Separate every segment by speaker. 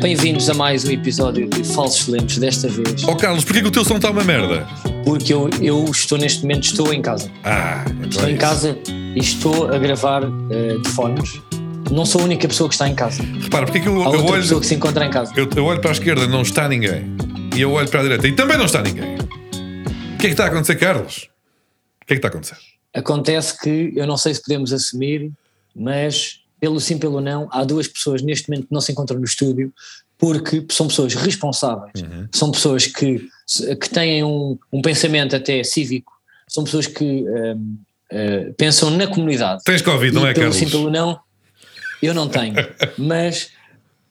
Speaker 1: Bem-vindos a mais um episódio de Falsos Lemos, desta vez.
Speaker 2: Oh Carlos, porquê que o teu som está uma merda?
Speaker 1: Porque eu, eu estou neste momento, estou em casa.
Speaker 2: Ah, então
Speaker 1: Estou
Speaker 2: é
Speaker 1: em
Speaker 2: isso.
Speaker 1: casa e estou a gravar eh, de fones. Não sou a única pessoa que está em casa.
Speaker 2: Repara, porquê que eu,
Speaker 1: Há outra
Speaker 2: eu,
Speaker 1: pessoa
Speaker 2: olho,
Speaker 1: que se encontra em casa.
Speaker 2: eu, eu olho para a esquerda não está ninguém. E eu olho para a direita e também não está ninguém. O que é que está a acontecer, Carlos? O que é que está a acontecer?
Speaker 1: Acontece que, eu não sei se podemos assumir, mas pelo sim, pelo não, há duas pessoas neste momento que não se encontram no estúdio porque são pessoas responsáveis,
Speaker 2: Uhum.
Speaker 1: são pessoas que, que têm um, um pensamento até cívico, são pessoas que eh, eh, pensam na comunidade.
Speaker 2: Tens Covid, não
Speaker 1: E então,
Speaker 2: é,
Speaker 1: pelo
Speaker 2: Carlos?
Speaker 1: sim, assim, pelo não, eu não tenho. Mas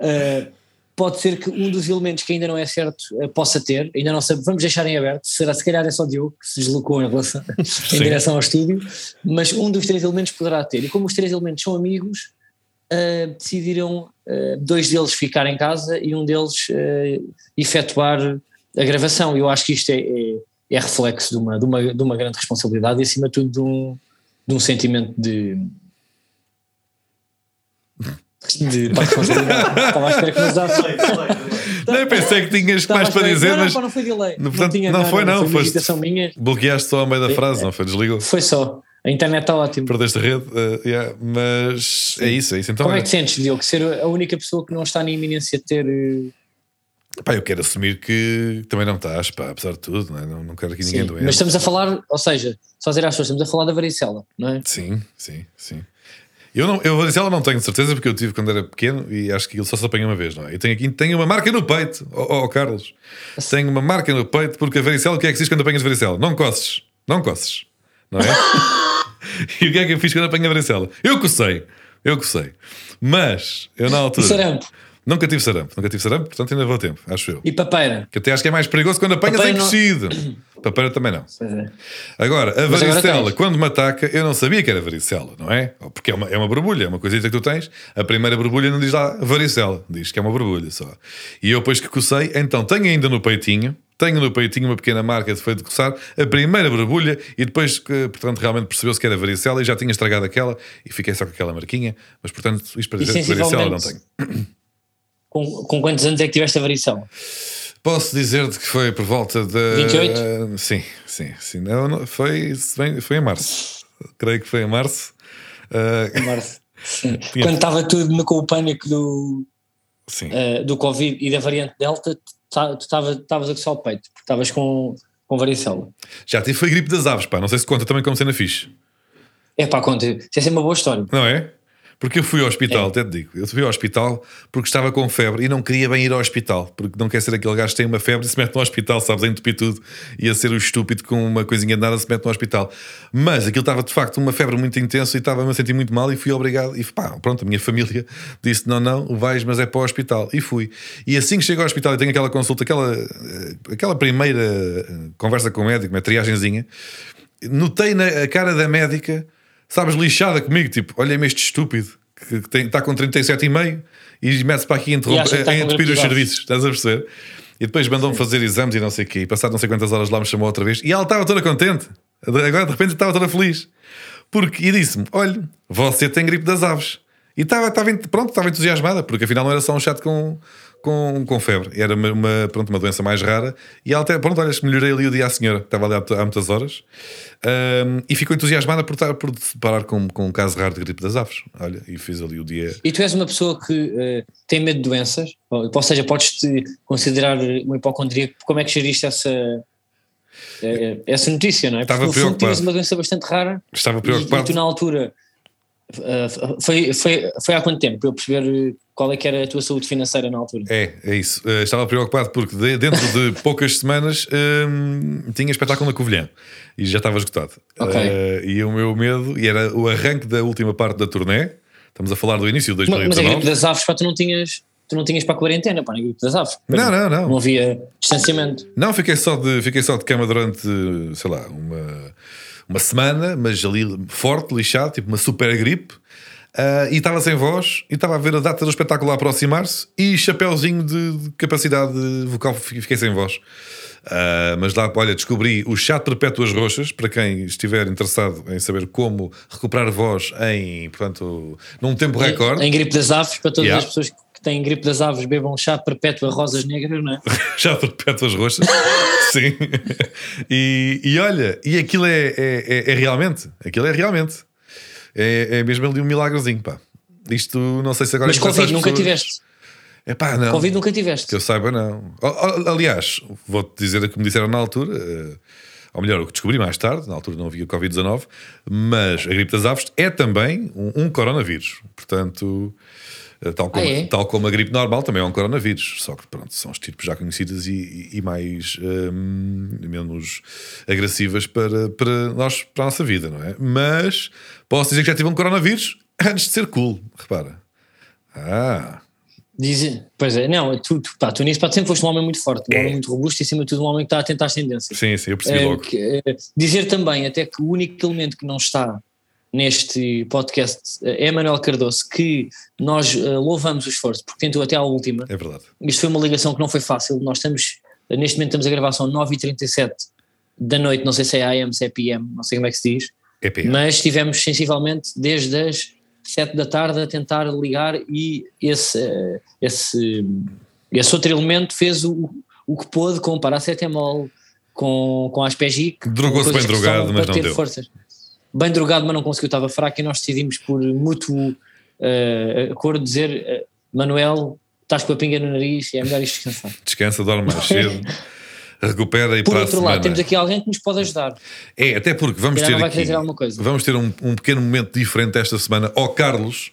Speaker 1: eh, pode ser que um dos elementos que ainda não é certo eh, possa ter, ainda não sabe, vamos deixar em aberto, será se calhar é só Diogo que se deslocou em, relação, em direção ao estúdio, mas um dos três elementos poderá ter. E como os três elementos são amigos, eh, decidiram eh, dois deles ficar em casa e um deles eh, efetuar a gravação. Eu acho que isto é, é- é reflexo de uma, de, uma, de uma grande responsabilidade e, acima de tudo, de um, de um sentimento de. de pá, responsabilidade. Estava à espera que nos desse-
Speaker 2: Nem pensei que tinhas
Speaker 1: Estava à
Speaker 2: mais para
Speaker 1: espera-
Speaker 2: dizer,
Speaker 1: não, não,
Speaker 2: mas
Speaker 1: pá, não foi delay.
Speaker 2: No- portanto,
Speaker 1: tinha
Speaker 2: não
Speaker 1: nada,
Speaker 2: foi, não,
Speaker 1: foi uma
Speaker 2: foste-
Speaker 1: agitação minha.
Speaker 2: bloqueaste só ao meio
Speaker 1: É,
Speaker 2: da frase, não foi? Desligou.
Speaker 1: Foi só. A internet tá está ótima.
Speaker 2: Perdeste a rede, eh, yeah, mas é isso, é isso. Então,
Speaker 1: Como é
Speaker 2: olha,
Speaker 1: que te sentes, Diogo? Ser a única pessoa que não está na iminência de ter. eh,
Speaker 2: pá, eu quero assumir que também não estás, pá, apesar de tudo, não, é? não, não quero aqui ninguém
Speaker 1: Sim,
Speaker 2: doente.
Speaker 1: mas estamos a falar, ou seja, só dizer às pessoas, estamos a falar da varicela, não é?
Speaker 2: Sim, sim, sim. Eu, não, eu vou dizer, ela não tenho certeza porque eu tive quando era pequeno e acho que ele só se apanha uma vez, não é? Eu tenho aqui, tenho uma marca no peito, ó ó, ó, Carlos. Tenho uma marca no peito porque a varicela, o que é que se diz quando apanhas varicela? Não coces, não coces, não é? e o que é que eu fiz quando apanhei a varicela? Eu cocei, eu cocei. Mas, eu na altura.
Speaker 1: sarampo?
Speaker 2: Nunca tive sarampo, nunca tive sarampo, portanto ainda vou a tempo, acho eu.
Speaker 1: E papeira.
Speaker 2: Que até acho que é mais perigoso quando apanhas
Speaker 1: Papai
Speaker 2: em
Speaker 1: não-
Speaker 2: crescido. Papeira também não.
Speaker 1: Pois é.
Speaker 2: Agora, a
Speaker 1: Mas agora
Speaker 2: varicela,
Speaker 1: tens.
Speaker 2: quando me ataca, eu não sabia que era varicela, não é? Porque é uma, é uma borbulha, é uma coisita que tu tens. A primeira borbulha não diz lá varicela, diz que é uma borbulha só. E eu, depois que cocei, então tenho ainda no peitinho, tenho no peitinho uma pequena marca de feito de coçar, a primeira borbulha, e depois, que, portanto, realmente percebeu-se que era varicela e já tinha estragado aquela, e fiquei só com aquela marquinha. Mas, portanto, isto para
Speaker 1: E
Speaker 2: dizer que varicela não
Speaker 1: sensivelmente,
Speaker 2: tenho.
Speaker 1: com, com quantos anos é que tiveste a varicela?
Speaker 2: Posso dizer-te que foi por volta de.
Speaker 1: 28?
Speaker 2: sim, sim, sim. Não, não, foi, foi em março. Creio que foi em março. Ah,
Speaker 1: Março. Quando estava tudo no, com o pânico do,
Speaker 2: Sim.
Speaker 1: eh, do Covid e da variante Delta, tu ta- tu estava- estavas a coçar o peito, porque estavas com, com varicela.
Speaker 2: Já tive foi gripe das aves, pá. Não sei se conta também como cena fixe.
Speaker 1: É pá, conta, isso é sempre uma boa história.
Speaker 2: Não é? Porque eu fui ao hospital, até te digo. Eu fui ao hospital porque estava com febre e não queria bem ir ao hospital. Porque não quer ser aquele gajo que tem uma febre e se mete no hospital, sabes, a entupir tudo e a ser o estúpido com uma coisinha de nada se mete no hospital. Mas aquilo estava de facto uma febre muito intensa e estava-me a sentir muito mal e fui obrigado. E pá, pronto, a minha família disse: não, não, vais, mas é para o hospital. E fui. E assim que chego ao hospital e tenho aquela consulta, aquela, eh, aquela primeira eh, conversa com o médico, uma triagenzinha, notei na a cara da médica, sabes, lixada comigo, tipo, olha-me este estúpido que que tem- está com 37,5 e mete-se para aqui a
Speaker 1: E acha que está
Speaker 2: interromper, a
Speaker 1: com
Speaker 2: entupir os
Speaker 1: gravidade.
Speaker 2: serviços, estás a perceber? E depois mandou-me fazer exames e não sei o quê, e passado não sei quantas horas lá me chamou outra vez, e ela estava toda contente, agora de repente estava toda feliz, porque, e disse-me, olha, você tem gripe das aves, e estava, estava, ent- pronto, estava entusiasmada, porque afinal não era só um chato com... Com, com febre, era uma, uma, pronto, uma doença mais rara, e ela até, pronto, olha, melhorei ali o dia à senhora, que estava ali há há muitas horas, um, e ficou entusiasmada por, estar, por se deparar com, com um caso raro de gripe das aves. Olha, e fez ali o dia.
Speaker 1: E tu és uma pessoa que eh, tem medo de doenças, ou, ou seja, podes-te considerar um hipocondríaco, como é que geriste essa, eh, essa notícia, não é?
Speaker 2: Estava
Speaker 1: no fundo
Speaker 2: preocupado.
Speaker 1: tinhas uma doença bastante rara
Speaker 2: Estava
Speaker 1: e, e tu
Speaker 2: preocupado.
Speaker 1: na altura, eh, foi, foi, foi há quanto tempo para eu perceber eh, qual é que era a tua saúde financeira na altura?
Speaker 2: É, é isso. Uh, estava preocupado porque de- dentro de poucas semanas um, tinha espetáculo na Covilhã e já estava esgotado.
Speaker 1: Ok.
Speaker 2: Uh, e o meu medo, e era o arranque da última parte da turnê, estamos a falar do início de
Speaker 1: Mas, é mas a
Speaker 2: 2019.
Speaker 1: gripe das aves, pá, tu não tinhas, tu não tinhas para a quarentena, pá, na gripe das aves.
Speaker 2: Não, não, não.
Speaker 1: Não havia distanciamento.
Speaker 2: Não, fiquei só de, fiquei só de cama durante, sei lá, uma, uma semana, mas ali forte, lixado, tipo uma super gripe. Ah, e estava sem voz, e estava a ver a data do espetáculo a aproximar-se e chapéuzinho de, de capacidade vocal, fi- fiquei sem voz. Ah, mas lá, olha, descobri o chá de perpétuas roxas, para quem estiver interessado em saber como recuperar voz em, portanto, num tempo recorde.
Speaker 1: Em gripe das aves, para todas
Speaker 2: Yeah.
Speaker 1: as pessoas que que têm gripe das aves bebam chá de perpétua rosas negras, não é?
Speaker 2: Já perpétuas roxas. Sim. E, e olha, e aquilo é, é, é- é realmente. Aquilo é realmente. É, é mesmo ali um milagrozinho, pá. Isto não sei se agora. é
Speaker 1: Mas
Speaker 2: interessa
Speaker 1: Covid
Speaker 2: às
Speaker 1: nunca
Speaker 2: pessoas.
Speaker 1: tiveste.
Speaker 2: É pá, não.
Speaker 1: Covid nunca
Speaker 2: Que
Speaker 1: tiveste.
Speaker 2: eu saiba, não. A- a- Aliás, vou-te dizer o que me disseram na altura, eh, ou melhor, o que descobri mais tarde, na altura não havia Covid-19, mas a gripe das aves é também um, um coronavírus. Portanto, eh, tal como,
Speaker 1: Ah, é?
Speaker 2: tal como a gripe normal, também é um coronavírus. Só que, pronto, são estirpes já conhecidas e, e- e mais, hum, menos agressivas para, para, nós, para a nossa vida, não é? Mas posso dizer que já tive um coronavírus antes de ser cool, repara. Ah,
Speaker 1: Diz, pois é, não, tu, tu, pá, tu nisso pá, sempre foste um homem muito
Speaker 2: É.
Speaker 1: forte, um homem muito robusto e acima de tudo um homem que está atento às tendências.
Speaker 2: sim, sim, eu percebi
Speaker 1: Eh,
Speaker 2: logo.
Speaker 1: que, eh, dizer também até que o único elemento que não está neste podcast eh, é Manuel Cardoso, que nós eh, louvamos o esforço, porque tentou até à última.
Speaker 2: É verdade.
Speaker 1: Isto foi uma ligação que não foi fácil. Nós estamos, eh, neste momento estamos a gravar são 9h37 da noite, não sei se é AM, se é PM, não sei como é que se diz,
Speaker 2: É pena.
Speaker 1: mas estivemos sensivelmente desde as 7 da tarde a tentar ligar e esse, eh, esse, esse outro elemento fez o, o que pôde com o paracetamol, com, com a Aspegic.
Speaker 2: Drogou-se
Speaker 1: coisas
Speaker 2: bem
Speaker 1: que
Speaker 2: drogado,
Speaker 1: são para
Speaker 2: mas não
Speaker 1: ter
Speaker 2: deu.
Speaker 1: Forças. Bem drogado, mas não conseguiu, estava fraco e nós decidimos por mútuo eh, acordo dizer eh, Manuel, estás com a pinga no nariz, é melhor isto descansar.
Speaker 2: descansa, dorme mais cedo, recupera e
Speaker 1: Por
Speaker 2: para a
Speaker 1: outro lado,
Speaker 2: semana.
Speaker 1: temos aqui alguém que nos pode ajudar.
Speaker 2: É, até porque vamos
Speaker 1: Se
Speaker 2: ter,
Speaker 1: calhar não vai
Speaker 2: aqui,
Speaker 1: querer dizer alguma coisa.
Speaker 2: vamos ter um, um pequeno momento diferente esta semana ao Carlos.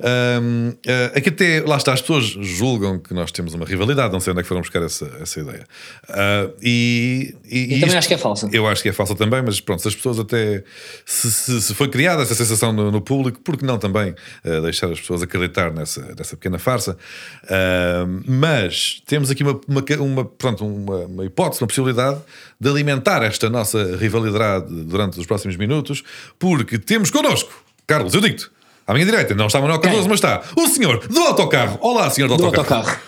Speaker 2: Ahm, ah, aqui até, lá está, as pessoas julgam que nós temos uma rivalidade, não sei onde é que foram buscar essa, essa ideia. Ah, e, e-
Speaker 1: Eu
Speaker 2: e
Speaker 1: também
Speaker 2: isto-
Speaker 1: acho que é falsa.
Speaker 2: Eu acho que é falsa também, mas pronto, se as pessoas até. Se, se- se foi criada essa sensação no, no público, por que não também eh, deixar as pessoas acreditar nessa, nessa pequena farsa? Ah, mas temos aqui uma, uma, ca- uma- pronto, uma, uma hipótese, uma possibilidade de alimentar esta nossa rivalidade durante os próximos minutos, porque temos connosco, Carlos, eu digo-te. À minha direita, não está Manuel Cardoso, mas está o senhor do autocarro. Olá, senhor do,
Speaker 1: Do
Speaker 2: autocarro.
Speaker 1: autocarro.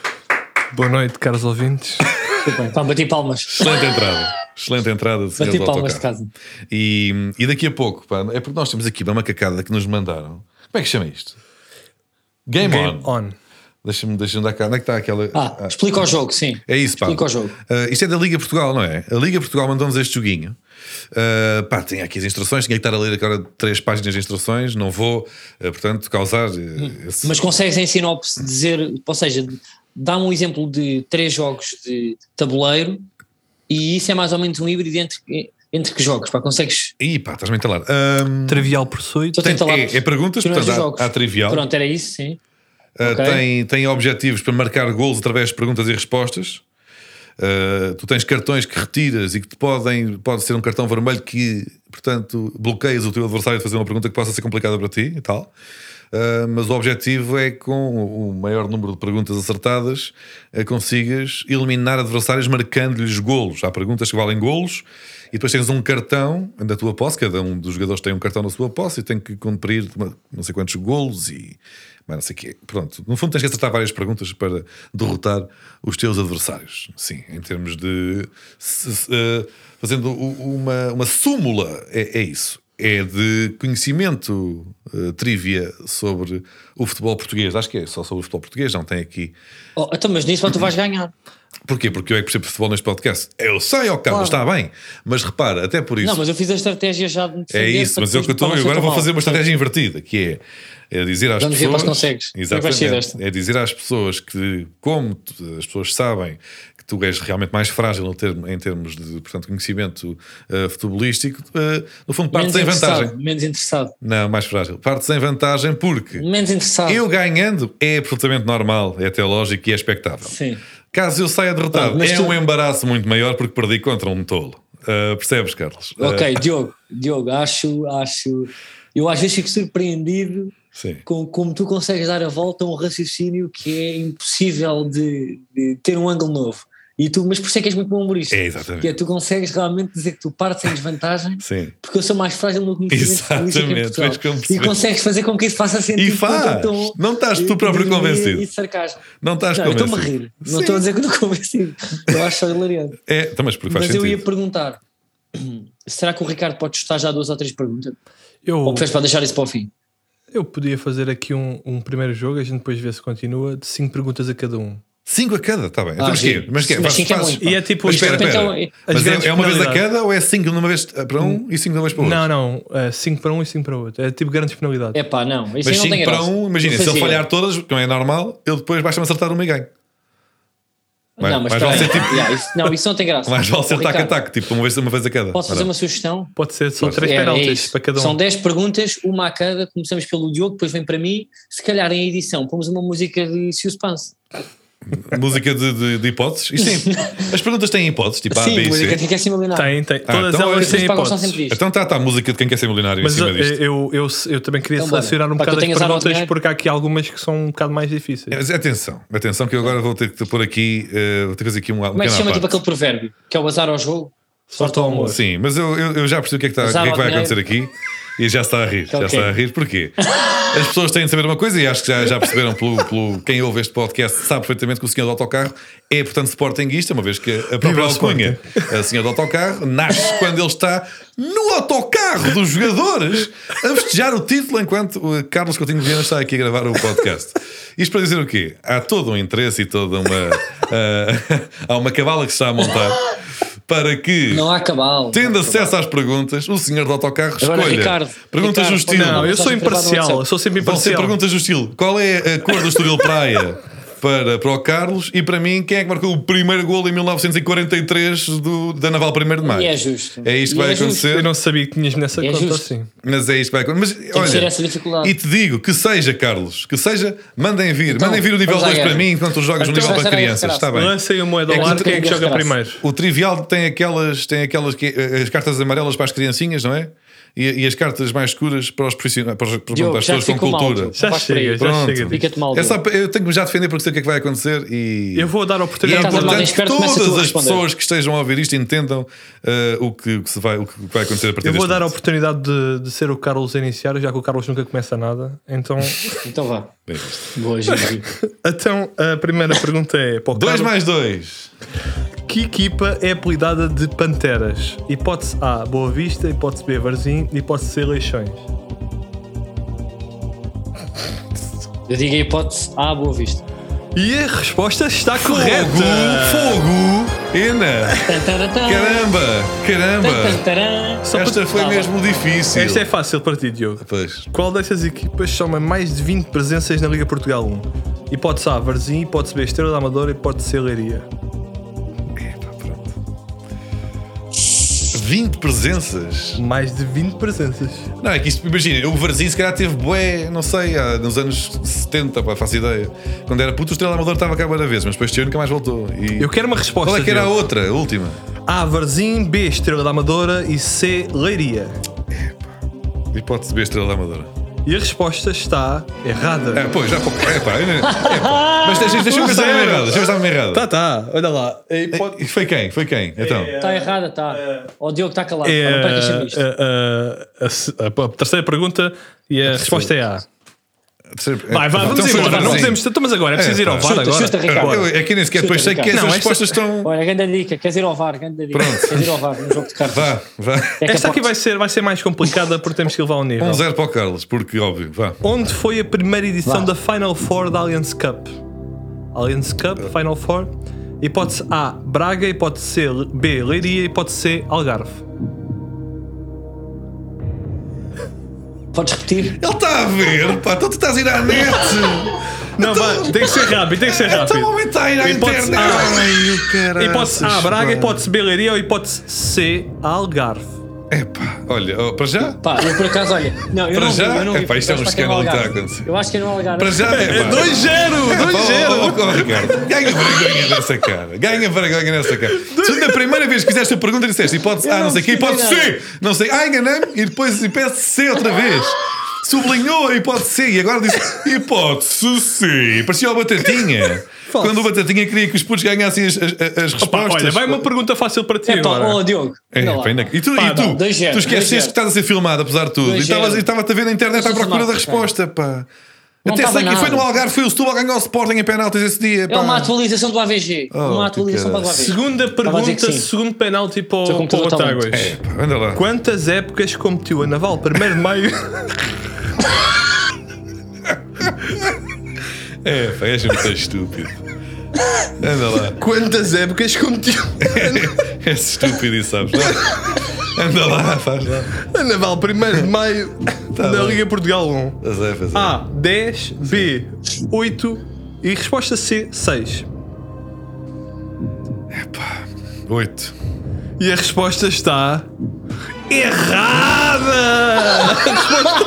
Speaker 3: Boa noite, caros ouvintes.
Speaker 1: Desculpem, pá, bati palmas.
Speaker 2: Excelente entrada. Excelente entrada de senhor
Speaker 1: Bati
Speaker 2: do
Speaker 1: tipo palmas
Speaker 2: autocarro.
Speaker 1: de casa.
Speaker 2: E, e daqui a pouco, pá, é porque nós temos aqui uma macacada que nos mandaram. Como é que chama isto? Game,
Speaker 3: Game
Speaker 2: On.
Speaker 3: on.
Speaker 2: Deixa-me deixa dar cá. Onde é que está aquela.
Speaker 1: Ah, explica o jogo, sim.
Speaker 2: É isso, pá.
Speaker 1: Explica o jogo.
Speaker 2: Ah, isto é da Liga Portugal, não é? A Liga Portugal mandou-nos este joguinho. Ah, pá, tinha aqui as instruções, tinha que estar a ler agora três páginas de instruções. Não vou, ah, portanto, causar ah, esse.
Speaker 1: Hum. Mas consegues em sinopse dizer, ou seja, dá-me um exemplo de três jogos de tabuleiro e isso é mais ou menos um híbrido entre, entre que jogos? Pá, consegues.
Speaker 2: Ih, pá, estás-me a entalar. Ahm,
Speaker 3: Trivial Pursuit.
Speaker 1: Estou a tentar lá.
Speaker 2: é- é perguntas,
Speaker 1: tu não és
Speaker 2: portanto,
Speaker 1: dos
Speaker 2: há-
Speaker 1: jogos.
Speaker 2: há trivial.
Speaker 1: Pronto, era isso, sim.
Speaker 2: Uh,
Speaker 1: Ok.
Speaker 2: tem, tem objetivos para marcar golos através de perguntas e respostas. Uh, tu tens cartões que retiras e que te podem pode ser um cartão vermelho que, portanto, bloqueias o teu adversário de fazer uma pergunta que possa ser complicada para ti e tal. Uh, mas o objetivo é que com o maior número de perguntas acertadas uh, consigas eliminar adversários marcando-lhes golos. Há perguntas que valem golos e depois tens um cartão da tua posse, cada um dos jogadores tem um cartão na sua posse e tem que cumprir uma- não sei quantos golos e mas não sei o quê. Pronto, no fundo tens que acertar várias perguntas para derrotar os teus adversários. Sim, em termos de se- se, eh, fazendo u- uma, uma súmula, é, é isso. É de conhecimento eh, trivia sobre o futebol português. Acho que é só sobre o futebol português, não tem aqui.
Speaker 1: Oh, então, mas nisso pá, tu vais ganhar.
Speaker 2: Porquê? Porque eu é que percebo futebol neste podcast. Eu sei, ó Carlos,
Speaker 1: Claro.
Speaker 2: está bem. Mas repara, até por isso.
Speaker 1: Não, mas eu fiz a estratégia já de me
Speaker 2: É
Speaker 1: defender
Speaker 2: isso,
Speaker 1: para
Speaker 2: mas eu
Speaker 1: depois
Speaker 2: que eu estou
Speaker 1: para não ser
Speaker 2: agora
Speaker 1: tão
Speaker 2: vou
Speaker 1: mal.
Speaker 2: fazer uma estratégia invertida, que é, é dizer às
Speaker 1: Vamos ver para
Speaker 2: pessoas.
Speaker 1: se consegues. Como é que vais sair
Speaker 2: Exatamente. É dizer às pessoas que, como tu- as pessoas sabem que tu és realmente mais frágil no termo- em termos de portanto, conhecimento eh, futebolístico, eh, no fundo partes
Speaker 1: Menos
Speaker 2: em
Speaker 1: interessado,
Speaker 2: vantagem.
Speaker 1: menos interessado.
Speaker 2: Não, mais frágil. Partes em vantagem porque
Speaker 1: Menos interessado.
Speaker 2: eu ganhando é absolutamente normal, é até lógico e é expectável.
Speaker 1: Sim.
Speaker 2: Caso eu saia derrotado,
Speaker 1: Pronto, mas
Speaker 2: é
Speaker 1: tu-
Speaker 2: um embaraço muito maior porque perdi contra um tolo. Eh, percebes, Carlos? Eh,
Speaker 1: Ok, Diogo, Diogo, acho, acho. Eu às vezes fico surpreendido
Speaker 2: sim.
Speaker 1: com como tu consegues dar a volta a um raciocínio que é impossível de, de ter um ângulo novo. E tu, mas por isso é que és muito bom humorista.
Speaker 2: É, exatamente.
Speaker 1: Que é, tu consegues realmente dizer que tu partes em desvantagem
Speaker 2: Sim.
Speaker 1: porque eu sou mais frágil no conhecimento
Speaker 2: Exatamente,
Speaker 1: político em Portugal.
Speaker 2: vês como
Speaker 1: E
Speaker 2: percebes.
Speaker 1: consegues fazer com que isso faça sentido.
Speaker 2: E
Speaker 1: com outro
Speaker 2: faz.
Speaker 1: tom
Speaker 2: Não estás
Speaker 1: de-
Speaker 2: tu próprio
Speaker 1: de ironia
Speaker 2: convencido.
Speaker 1: E de sarcasmo.
Speaker 2: Não estás
Speaker 1: Não, eu
Speaker 2: convencido.
Speaker 1: estou-me a rir. Não
Speaker 2: Sim.
Speaker 1: estou a dizer que não estou convencido. Eu acho só hilariante.
Speaker 2: É, tá, mas porque faz
Speaker 1: Mas eu
Speaker 2: sentido.
Speaker 1: ia perguntar: será que o Ricardo pode testar já duas ou três perguntas?
Speaker 3: Eu,
Speaker 1: Ou preferes para deixar isso para o fim?
Speaker 3: Eu podia fazer aqui um, um primeiro jogo, a gente depois vê se continua, de 5 perguntas a cada um.
Speaker 2: 5 a cada, está bem. Então, mas
Speaker 1: Ah, sim.
Speaker 2: quê? Mas quê?
Speaker 1: Mas
Speaker 2: Faz-
Speaker 1: cinco é
Speaker 2: faz-
Speaker 1: muito, pá.
Speaker 3: E é tipo.
Speaker 2: Mas espera,
Speaker 1: Então,
Speaker 2: espera.
Speaker 1: é-
Speaker 3: as
Speaker 2: Mas
Speaker 3: grandes
Speaker 2: é, é uma vez a
Speaker 3: penalidades.
Speaker 2: cada ou é 5 de uma vez para um e 5 de uma vez para o outro?
Speaker 3: Não, não. 5 para um e 5 para outro. É tipo grandes penalidades.
Speaker 1: É pá, não. Isso
Speaker 2: Mas
Speaker 1: aí não
Speaker 2: 5
Speaker 1: tem
Speaker 2: para
Speaker 1: graça.
Speaker 2: um, imagina,
Speaker 1: Não
Speaker 2: se
Speaker 1: fazia.
Speaker 2: ele falhar todas, como é normal, ele depois basta-me acertar uma e ganho. Vai-
Speaker 1: Não, mas
Speaker 2: mas
Speaker 1: espera
Speaker 2: vale
Speaker 1: aí.
Speaker 2: ser tipo-
Speaker 1: Yeah, isso, não, isso não tem graça.
Speaker 2: Mais vale
Speaker 1: Ô,
Speaker 2: ser tac a
Speaker 1: Ricardo,
Speaker 2: tac, tipo, uma vez, uma vez a cada.
Speaker 1: Posso fazer
Speaker 2: Ora,
Speaker 1: uma sugestão?
Speaker 3: Pode ser, são
Speaker 2: Pois.
Speaker 3: 3
Speaker 1: É, é
Speaker 3: penaltis
Speaker 1: isso.
Speaker 3: para cada um.
Speaker 1: São 10 perguntas, uma a cada. Começamos pelo Diogo, depois vem para mim. Se calhar em edição, pomos uma música de suspense.
Speaker 2: Música de, de- de hipóteses? Isto sim. As perguntas têm hipóteses, tipo A,
Speaker 1: Sim,
Speaker 2: B e
Speaker 1: música
Speaker 2: C.
Speaker 1: de quem quer ser milionário.
Speaker 3: Tem, tem. Todas
Speaker 2: então
Speaker 3: elas
Speaker 2: é-
Speaker 3: têm
Speaker 1: Os pagam só
Speaker 3: hipóteses.
Speaker 1: sempre isto.
Speaker 2: Então está tá, a música de quem quer ser milionário
Speaker 3: Mas eh,
Speaker 2: em cima
Speaker 3: eu,
Speaker 2: disto.
Speaker 3: eu, eu, eu também queria
Speaker 1: Então, bora.
Speaker 3: selecionar um
Speaker 1: Pá, que eu
Speaker 3: bocado as
Speaker 1: tenho azar ao
Speaker 3: perguntas
Speaker 1: dinheiro.
Speaker 3: porque há aqui algumas que são um bocado mais difíceis.
Speaker 2: Mas atenção, atenção que eu agora vou ter que pôr aqui, eh, vou ter que fazer aqui um, um
Speaker 1: Como é que se
Speaker 2: pequeno
Speaker 1: chama
Speaker 2: à
Speaker 1: tipo
Speaker 2: parte.
Speaker 1: aquele provérbio? Que é o azar ao jogo?
Speaker 3: Sorte ao amor.
Speaker 2: Sim, mas eu, eu, eu já percebi o que é que, tá- o que,
Speaker 1: Azar
Speaker 2: é que
Speaker 1: ao
Speaker 2: vai
Speaker 1: dinheiro.
Speaker 2: acontecer aqui e já está a rir.
Speaker 3: é
Speaker 2: Já
Speaker 1: Ok.
Speaker 2: está a rir, porquê? As pessoas têm de saber uma coisa e acho que já, já perceberam pelo, pelo- quem ouve este podcast sabe perfeitamente que o senhor do autocarro é, portanto, sportinguista, uma vez que a própria
Speaker 3: Viva o
Speaker 2: alcunha, a senhora do autocarro, nasce quando ele está no autocarro dos jogadores a festejar o título enquanto o Carlos Coutinho de Viana está aqui a gravar o podcast. Isto para dizer o quê? Há todo um interesse e toda uma. ah, há uma cavala que se está a montar para que
Speaker 1: Não há cabal.
Speaker 2: Tendo acesso às perguntas, o senhor do autocarro
Speaker 1: Agora,
Speaker 2: escolha
Speaker 1: Ricardo,
Speaker 2: perguntas
Speaker 1: Ricardo,
Speaker 2: do estilo.
Speaker 1: Não,
Speaker 3: Não, eu
Speaker 1: mas estás
Speaker 3: sou
Speaker 1: a privar do
Speaker 3: imparcial,
Speaker 1: WhatsApp.
Speaker 3: eu sou sempre
Speaker 2: Vão ser
Speaker 3: imparcial.
Speaker 2: perguntas do estilo. Qual é a cor do Estoril Praia para, para o Carlos e para mim quem é que marcou o primeiro golo em 1943 do, da Naval 1 de Maio?
Speaker 1: E é justo.
Speaker 2: É isto que
Speaker 1: E
Speaker 2: vai
Speaker 1: é justo.
Speaker 3: Eu
Speaker 2: acontecer.
Speaker 3: não sabia que tinhas nessa
Speaker 1: É
Speaker 3: conta
Speaker 1: justo.
Speaker 3: assim.
Speaker 2: Mas é isto que vai acontecer. Mas olha,
Speaker 1: ser essa dificuldade.
Speaker 2: e te digo que seja, Carlos, que seja, mandem vir,
Speaker 1: Então,
Speaker 2: mandem vir o nível
Speaker 1: vamos à
Speaker 2: 2 para
Speaker 1: guerra.
Speaker 2: mim enquanto os jogos no
Speaker 1: Então,
Speaker 2: nível
Speaker 1: vai
Speaker 2: para
Speaker 1: ser a
Speaker 2: crianças.
Speaker 1: graça.
Speaker 2: Está bem.
Speaker 3: Lancei a moeda
Speaker 2: É
Speaker 3: ao
Speaker 2: que
Speaker 3: ar,
Speaker 2: tu
Speaker 3: quem é que
Speaker 1: tens
Speaker 3: joga
Speaker 1: graça.
Speaker 3: primeiro?
Speaker 2: O trivial tem aquelas, tem aquelas que- eh, as cartas amarelas para as criancinhas, não é? E, e as cartas mais escuras para os profissionais, para, os, para,
Speaker 1: Diogo,
Speaker 2: para as
Speaker 1: já
Speaker 2: pessoas com
Speaker 1: ficou mal,
Speaker 2: cultura.
Speaker 1: Diogo.
Speaker 3: Já
Speaker 1: Vais por aí.
Speaker 3: chega, já
Speaker 2: Pronto.
Speaker 3: chega. disso.
Speaker 1: Fica-te mal.
Speaker 2: É só
Speaker 1: Diogo.
Speaker 2: pa- eu tenho que me já defender porque sei o que é que vai acontecer e.
Speaker 3: Eu vou dar
Speaker 1: Estás a
Speaker 2: E é
Speaker 3: a oportunidade.
Speaker 1: mal
Speaker 2: importante que
Speaker 1: esperto, começa tu a
Speaker 2: todas as
Speaker 1: responder.
Speaker 2: pessoas que estejam a ouvir isto entendam eh, o, que, o que se vai, o que vai acontecer a partir
Speaker 3: Eu vou
Speaker 2: deste
Speaker 3: dar a
Speaker 2: momento.
Speaker 3: oportunidade de, de ser o Carlos a iniciar, já que o Carlos nunca começa nada. Então,
Speaker 1: Então vá.
Speaker 2: Bem visto.
Speaker 1: Boa, Gigi.
Speaker 3: então a primeira pergunta é: para o
Speaker 2: Dois
Speaker 3: Carlos,
Speaker 2: mais dois.
Speaker 3: Que equipa é apelidada de Panteras? Hipótese A, Boa Vista, hipótese B, Varzim, hipótese C, Leixões.
Speaker 1: Eu digo a hipótese à boa vista.
Speaker 3: E a resposta está
Speaker 2: Fogo!
Speaker 3: correta!
Speaker 2: Fogo! Ena!
Speaker 1: Caramba!
Speaker 2: Caramba! Caramba!
Speaker 3: Só para-
Speaker 2: Esta foi mesmo difícil.
Speaker 3: Esta é fácil para ti, Diogo.
Speaker 2: Pois.
Speaker 3: Qual dessas equipas soma mais de 20 presenças na Liga Portugal 1? Hipótese A, Varzim, hipótese B, Estrela da Amadora, hipótese C, Leiria.
Speaker 2: Epá, pronto. 20 presenças.
Speaker 3: Mais de 20 presenças.
Speaker 2: Não, é que isto, imagina, o Varzim se calhar teve bué, não sei, há, nos anos 70, pá, faço ideia. Quando era puto, o Estrela Amador estava cá uma vez, mas depois teu nunca mais voltou. E
Speaker 3: Eu quero uma resposta.
Speaker 2: qual é que era a
Speaker 3: Diogo.
Speaker 2: outra, a última?
Speaker 3: A, Varzim, B, Estrela da Amadora e C, Leiria.
Speaker 2: Hipótese B, Estrela Amadora.
Speaker 3: E a resposta está errada.
Speaker 2: É, pois, já pouco. É, pá, eu não- é, pá. Mas deixa- deixa-me pensar em uma errada, deixa-me pensar em uma
Speaker 3: Tá,
Speaker 2: errada.
Speaker 3: tá, olha lá. A hipótese.
Speaker 2: E Foi quem? Foi quem? Então.
Speaker 1: Está Tá errada, está. Ó Diogo está calado.
Speaker 3: É,
Speaker 1: pá, Não percas sempre isto.
Speaker 3: é, é, a, a- a terceira pergusta e a resposta é A. Vai, vai, vamos
Speaker 2: Então foi o
Speaker 3: embora. Não
Speaker 2: Varzim.
Speaker 3: podemos, estamos agora, é preciso
Speaker 2: É,
Speaker 3: ir ao
Speaker 2: pá.
Speaker 3: VAR
Speaker 1: Chuta,
Speaker 3: agora.
Speaker 1: chuta, Ricardo.
Speaker 3: Bora.
Speaker 2: Eu, é que nem sequer depois sei que
Speaker 1: Não,
Speaker 2: essas
Speaker 3: esta-
Speaker 2: respostas estão.
Speaker 1: Olha, grande dica. Queres ir ao VAR? Grande dica.
Speaker 2: Pronto.
Speaker 1: Queres ir ao VAR num jogo de cartas?
Speaker 2: Vá, vá.
Speaker 1: É que
Speaker 3: Esta
Speaker 1: a porta-
Speaker 3: aqui vai ser, vai ser mais complicada porque temos que levar ao nível.
Speaker 2: Um zero para o Carlos, porque óbvio, vá.
Speaker 3: Onde foi a primeira edição
Speaker 1: Vá.
Speaker 3: da Final Four da Allianz Cup? Allianz Cup, Final Four. Hipótese A, Braga. Hipótese C, B, Leiria. Hipótese C, Algarve.
Speaker 1: Podes repetir?
Speaker 2: Ele está a ver, pá, então tu estás a ir à net.
Speaker 3: Não, vai, tem que ser rápido, tem que
Speaker 4: É
Speaker 3: ser
Speaker 2: Então o
Speaker 3: rápido.
Speaker 2: homem está a ir à
Speaker 3: Hipótese
Speaker 2: internet.
Speaker 3: A.
Speaker 2: Ai, o caralho.
Speaker 3: Hipótese A, ah, Braga. Hipótese B, Leiria. Ou hipótese C, Algarve.
Speaker 2: Epá, olha, ó, para já.
Speaker 1: Pá, eu por acaso, olha. Não, eu
Speaker 2: Para
Speaker 1: não vi,
Speaker 2: já?
Speaker 1: eu não vi,
Speaker 2: Epá, isto é um
Speaker 1: mas para quem vai
Speaker 2: escândalo que está a
Speaker 1: ao Algarve.
Speaker 2: acontecer.
Speaker 1: Eu acho que não é Algarve.
Speaker 2: Para já é. Tá
Speaker 3: 2-0, 2-0.
Speaker 2: Ricardo, ganha vergonha nessa cara. Ganha vergonha nessa cara. Se na primeira vez que fizeste a pergunta disseste hipótese
Speaker 1: Eu
Speaker 2: A, não
Speaker 1: não
Speaker 2: sei o quê,
Speaker 1: pesquisei
Speaker 2: hipótese C, não sei, ah, enganei-me, e depois hipótese C outra vez. Sublinhou a hipótese C e agora disse hipótese C. Parecia o Batatinha.
Speaker 3: Falso.
Speaker 2: Quando o Batatinha queria que os putos ganhassem as, as- as
Speaker 3: Pá,
Speaker 2: respostas.
Speaker 3: olha, vai uma pergunta fácil para ti
Speaker 1: É pá,
Speaker 3: agora.
Speaker 1: ó Diogo.
Speaker 2: É,
Speaker 1: anda lá.
Speaker 2: pá, ainda- E tu,
Speaker 3: Pá,
Speaker 2: e tu,
Speaker 1: não, dois zero,
Speaker 2: tu
Speaker 1: dois zero.
Speaker 2: esqueces que estás a ser filmado, apesar de tudo. E
Speaker 1: Dois
Speaker 2: estavas-
Speaker 1: zero.
Speaker 2: e estava-te a ver na internet à
Speaker 1: Deixa-se
Speaker 2: procura da
Speaker 1: filmar, cara.
Speaker 2: resposta, pá.
Speaker 1: Não
Speaker 2: Até
Speaker 1: estava
Speaker 2: sei que foi
Speaker 1: nada.
Speaker 2: no Algarve, foi o Setúbal ganhou o Sporting em penaltis esse dia.
Speaker 1: É
Speaker 2: pá.
Speaker 1: uma atualização do AVG. uma atualização
Speaker 2: que
Speaker 1: para o AVG.
Speaker 3: Segunda
Speaker 1: Estava a dizer que
Speaker 3: pergunta,
Speaker 1: sim.
Speaker 3: segundo penalti para
Speaker 1: Seu
Speaker 3: o, para o
Speaker 1: computador está lento.
Speaker 3: Batáguas.
Speaker 2: É, pá, anda lá.
Speaker 3: Quantas épocas competiu a Naval 1 de Maio?
Speaker 2: É, pá, és muito estúpido. Anda lá.
Speaker 4: Quantas épocas cometi?
Speaker 2: És estúpido e sabes. não? Anda lá, faz lá.
Speaker 4: A Naval, 1 de maio, na
Speaker 2: bem.
Speaker 4: Liga Portugal 1.
Speaker 2: Mas é, faz lá.
Speaker 3: Tá A, 10, B, 8 e resposta C, 6. Ah.
Speaker 2: Oito.
Speaker 3: E a resposta está. Errada! A resposta,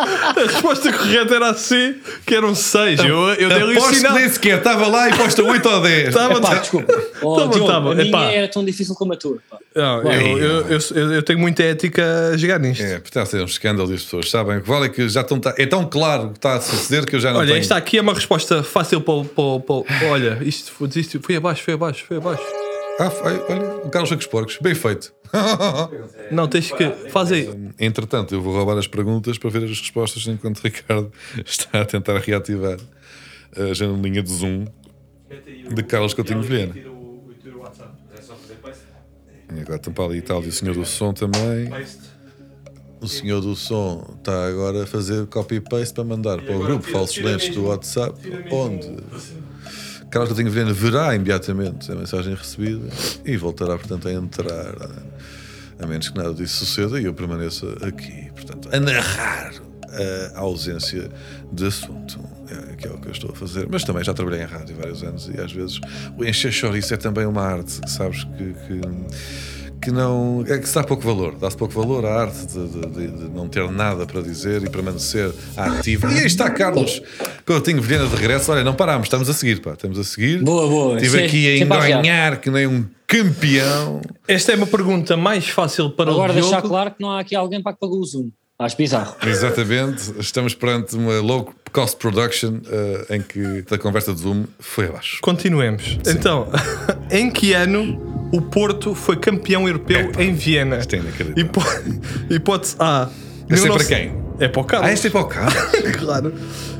Speaker 3: a resposta correta era um a C, que eram 6. Eu, eu dei-lhe o
Speaker 2: Aposto que
Speaker 3: sinal.
Speaker 2: nem sequer estava lá e posta 8 ou É, 10.
Speaker 3: Tava-
Speaker 1: Epá, desculpa. Oh,
Speaker 3: Tá bom,
Speaker 1: Diogo,
Speaker 3: tá bom,
Speaker 1: a minha
Speaker 3: epá. Então,
Speaker 1: era tão difícil como a tua. pá.
Speaker 3: Não, eu, eu, eu, eu- eu tenho muita ética a jogar nisto.
Speaker 2: É, portanto, está a ser um escândalo e as pessoas sabem. O que vale é que já estão. tá- É tão claro o que está a suceder que eu já não
Speaker 3: Olha,
Speaker 2: tenho.
Speaker 3: esta aqui é uma resposta fácil para. o- para o- para o- olha, isto, foi- isto foi abaixo, foi abaixo, foi abaixo.
Speaker 2: Ah, foi, olha, o Carlos foi com os porcos. Bem feito.
Speaker 3: Não, tens que. Faz aí.
Speaker 2: Entretanto, eu vou roubar as perguntas para ver as respostas enquanto o Ricardo está a tentar reativar a janelinha de Zoom de Carlos Coutinho Vilhena. E agora tampa ali e tal. E o senhor do som também. O senhor do som está agora a fazer copy-paste para mandar para o grupo Falsos Lentes do WhatsApp, onde Carlos Coutinho Vilhena verá imediatamente a mensagem recebida e voltará, portanto, a entrar. A menos que nada disso suceda e eu permaneça aqui, portanto, a narrar eh, a ausência de assunto, é, que é o que eu estou a fazer. Mas também já trabalhei em rádio vários anos e às vezes o encher chouriço é também uma arte, sabes, que, que, que não. é que se dá pouco valor. Dá-se pouco valor à arte de, de- de- de não ter nada para dizer e permanecer ativo. E aí está Carlos Coutinho Vilhena de regresso. Olha, não parámos, estamos a seguir, pá, estamos a seguir.
Speaker 1: Boa, boa.
Speaker 2: Estive
Speaker 1: Sem-
Speaker 2: aqui a
Speaker 1: sem basear.
Speaker 2: enganhar que nem um campeão.
Speaker 3: Esta é uma pergunta mais fácil para
Speaker 1: Agora
Speaker 3: o Diogo.
Speaker 1: deixar claro que não há aqui alguém para que pagou o Zoom. Acho bizarro.
Speaker 2: Exatamente, estamos perante uma low cost production eh, em que a conversa de Zoom foi abaixo.
Speaker 3: Continuemos. Então, em que ano o Porto foi campeão europeu em Viena?
Speaker 2: isto é inacreditável.
Speaker 3: Hipo... Hipótese A.
Speaker 2: É sempre
Speaker 3: 19
Speaker 2: para quem?
Speaker 3: É para o Carlos.
Speaker 2: Ah, este é para o Carlos.
Speaker 3: Claro.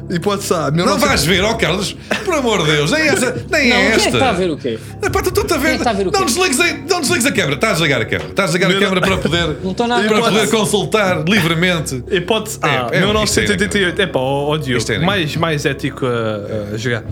Speaker 3: Hipótese A.
Speaker 2: Não vais ver, ó Carlos, por amor de Deus, nem, essa, nem
Speaker 1: Não,
Speaker 2: é
Speaker 1: quem é que
Speaker 2: esta.
Speaker 1: está a ver o quê?
Speaker 2: Epá, tu, tu tá a
Speaker 1: Quem é
Speaker 2: ver.
Speaker 1: que tá a ver o
Speaker 2: não,
Speaker 1: quê?
Speaker 2: desligues a, não desligues a câmera, estás a ligar a câmera. Estás a ligar a
Speaker 3: Meu
Speaker 2: câmera para poder,
Speaker 1: Não estou nada
Speaker 2: para
Speaker 1: a
Speaker 2: poder consultar livremente.
Speaker 3: Hipótese A,
Speaker 2: É, é,
Speaker 3: 1988. É pá, ó ó, Diogo,
Speaker 2: Isto é
Speaker 3: mais, mais ético a, a jogar.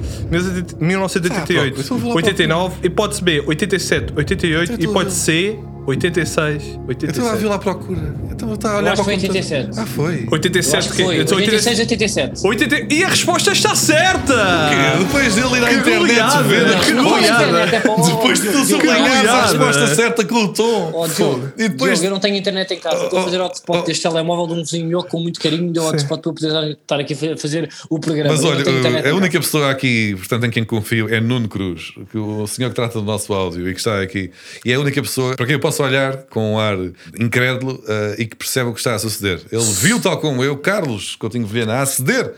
Speaker 3: 1988,
Speaker 2: Ah, pá, eu vou lá
Speaker 3: 89, hipótese B, 87, 88,
Speaker 2: tudo.
Speaker 3: hipótese C, 86,
Speaker 2: Eu estava a vir
Speaker 3: 87.
Speaker 2: lá à procura. Eu estava- eu estava a
Speaker 1: Eu
Speaker 2: olhar
Speaker 1: acho
Speaker 2: para o
Speaker 1: que foi
Speaker 2: computador.
Speaker 1: 87.
Speaker 2: Ah, foi.
Speaker 1: Eu acho
Speaker 3: 87,
Speaker 1: que foi.
Speaker 3: eu sou
Speaker 1: 86, 87.
Speaker 3: 80... E a resposta está certa!
Speaker 2: Que Ah, Depois dele ir à
Speaker 3: Que
Speaker 2: internet
Speaker 3: goleada,
Speaker 2: ver a
Speaker 3: que
Speaker 1: Não, não é
Speaker 2: resposta.
Speaker 3: goleada.
Speaker 1: internet, é um para o-
Speaker 2: Depois de tu
Speaker 1: Diogo,
Speaker 2: sublinhares a
Speaker 3: goleada.
Speaker 2: resposta certa com o tom.
Speaker 1: Oh, né? Diogo,
Speaker 2: E depois
Speaker 1: Diogo, eu não tenho internet em casa. Estou a fazer hotspot
Speaker 2: oh.
Speaker 1: deste telemóvel de um vizinho meu com muito carinho. Deu hotspot para eu poder estar aqui a fazer o programa.
Speaker 2: Mas
Speaker 1: É Eu não
Speaker 2: olha, eh, é
Speaker 1: tenho internet em
Speaker 2: a
Speaker 1: casa.
Speaker 2: única pessoa aqui, portanto, em quem confio é Nuno Cruz, que o senhor que trata do nosso áudio e que está aqui. E é a única pessoa para quem eu posso olhar com um ar incrédulo eh, e que percebe o que está a suceder. Ele viu, tal como eu, Carlos Coutinho Vilhena, a aceder